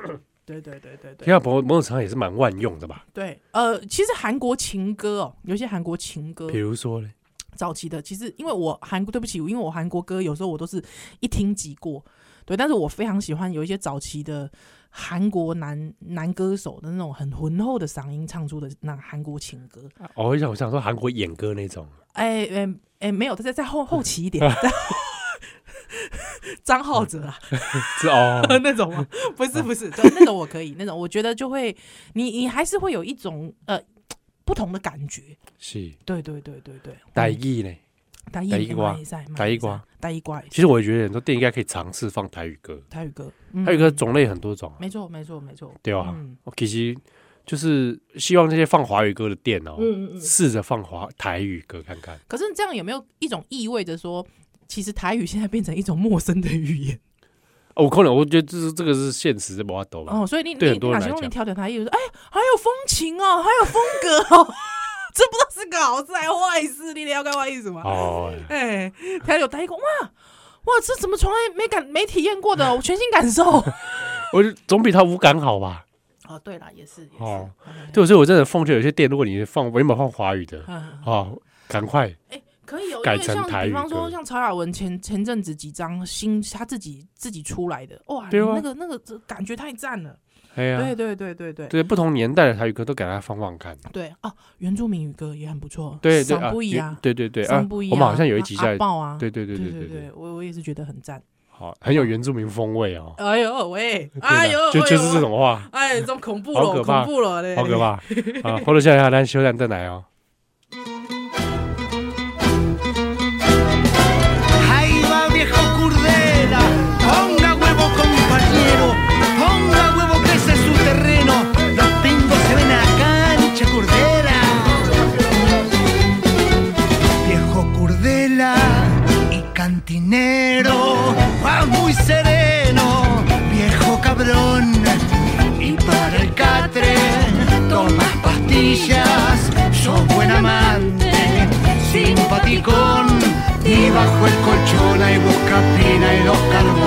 Speaker 3: 对对对对对
Speaker 2: K-pop 某某种程度上也是蛮万用的吧，
Speaker 3: 对，呃，其实韩国情歌哦，有一些韩国情歌
Speaker 2: 比如说嘞，
Speaker 3: 早期的，其实因为我韩国，对不起，因为我韩国歌有时候我都是一听即过，对，但是我非常喜欢有一些早期的韩国男男歌手的那种很浑厚的嗓音唱出的那韩国情歌，
Speaker 2: 哦，我想我想说韩国演歌那 种，
Speaker 3: 哎哎哎，没有，再再后后期 一点，再后张浩哲啊，
Speaker 2: 是哦，
Speaker 3: 那种吗？不
Speaker 2: 嗯
Speaker 3: 是不是，就那种我可以，那种我觉得就会，你你还是会有一种呃不同的感觉，
Speaker 2: 是
Speaker 3: 对对对对对，
Speaker 2: 台语嘞，
Speaker 3: 打一
Speaker 2: 台语歌
Speaker 3: 打
Speaker 2: 台
Speaker 3: 一
Speaker 2: 语歌
Speaker 3: 打一瓜，
Speaker 2: 其实我也觉得很多店应该可以尝试放台语歌，
Speaker 3: 台语歌，嗯
Speaker 2: 台语歌种类很多种啊，
Speaker 3: 没错，没错，没错。
Speaker 2: 对啊
Speaker 3: 嗯
Speaker 2: 其实就是希望这些放华语歌的店哦，
Speaker 3: 嗯嗯。
Speaker 2: 试着放华台语歌看看。
Speaker 3: 可是这样有没有一种意味着说，其实台语现在变成一种陌生的语言？
Speaker 2: 哦，我可能我觉得这是这个是现实，这没法啊懂了。
Speaker 3: 哦，所以你
Speaker 2: 对
Speaker 3: 你
Speaker 2: 很多人
Speaker 3: 哪
Speaker 2: 来
Speaker 3: 形容你
Speaker 2: 讲
Speaker 3: 调整台语？说哎，还有风情哦，还有风格哦， 这不知道是个好事还是坏事？你了解我意思吗？
Speaker 2: 哦，
Speaker 3: 哎，调有台语讲哇哇，这怎么从来没感没体验过的？我全新感受。
Speaker 2: 我就总比他无感好吧？
Speaker 3: 哦，对了，也是也是。
Speaker 2: 哦
Speaker 3: 哎，
Speaker 2: 对，所以我真的奉劝有些店，如果你放原本放华语的，
Speaker 3: 嗯
Speaker 2: 哦，赶快
Speaker 3: 哎，可以哦，因
Speaker 2: 改
Speaker 3: 为
Speaker 2: 成
Speaker 3: 像
Speaker 2: 台
Speaker 3: 比
Speaker 2: 语
Speaker 3: 方说
Speaker 2: 歌
Speaker 3: 像曹雅文前前阵子几张新他自己自己出来的，哇，
Speaker 2: 对啊
Speaker 3: 那个那个这感觉太赞了，
Speaker 2: 哎呀
Speaker 3: 对，对对对对
Speaker 2: 对，不同年代的台语歌都给他放放看。
Speaker 3: 对哦，原住民语歌也很不错，
Speaker 2: 对对
Speaker 3: 赏
Speaker 2: 啊
Speaker 3: 不，一
Speaker 2: 也
Speaker 3: 啊，
Speaker 2: 对对对啊
Speaker 3: 赏，不一啊，
Speaker 2: 我们好像有一
Speaker 3: 啊
Speaker 2: 集
Speaker 3: 阿
Speaker 2: 在，
Speaker 3: 豹啊，
Speaker 2: 对对对
Speaker 3: 对
Speaker 2: 对对，
Speaker 3: 对，我我也是觉得很赞，
Speaker 2: 好，哦很有原住民风味哦。
Speaker 3: 哎呦喂，
Speaker 2: 对啦
Speaker 3: 哎呦，
Speaker 2: 就
Speaker 3: 哎呦哎
Speaker 2: 就是这，种话。
Speaker 3: 哎，这种恐怖
Speaker 2: 好
Speaker 3: 了，
Speaker 2: 可怕
Speaker 3: 恐怖了嘞，
Speaker 2: 好可怕啊！欢乐笑笑，咱小蛋再来哦。
Speaker 1: Ahí va viejo curdera, ponga huevo compañero, ponga huevo que ese es su terreno, los pingos se ven a cancha curdera. Viejo curdela y cantinero, va muy sereno, viejo cabrón. Y para el catre, tomas pastillas, sos buen amante, simpaticón. Y bajo el colchón hay busca pina y los carbones.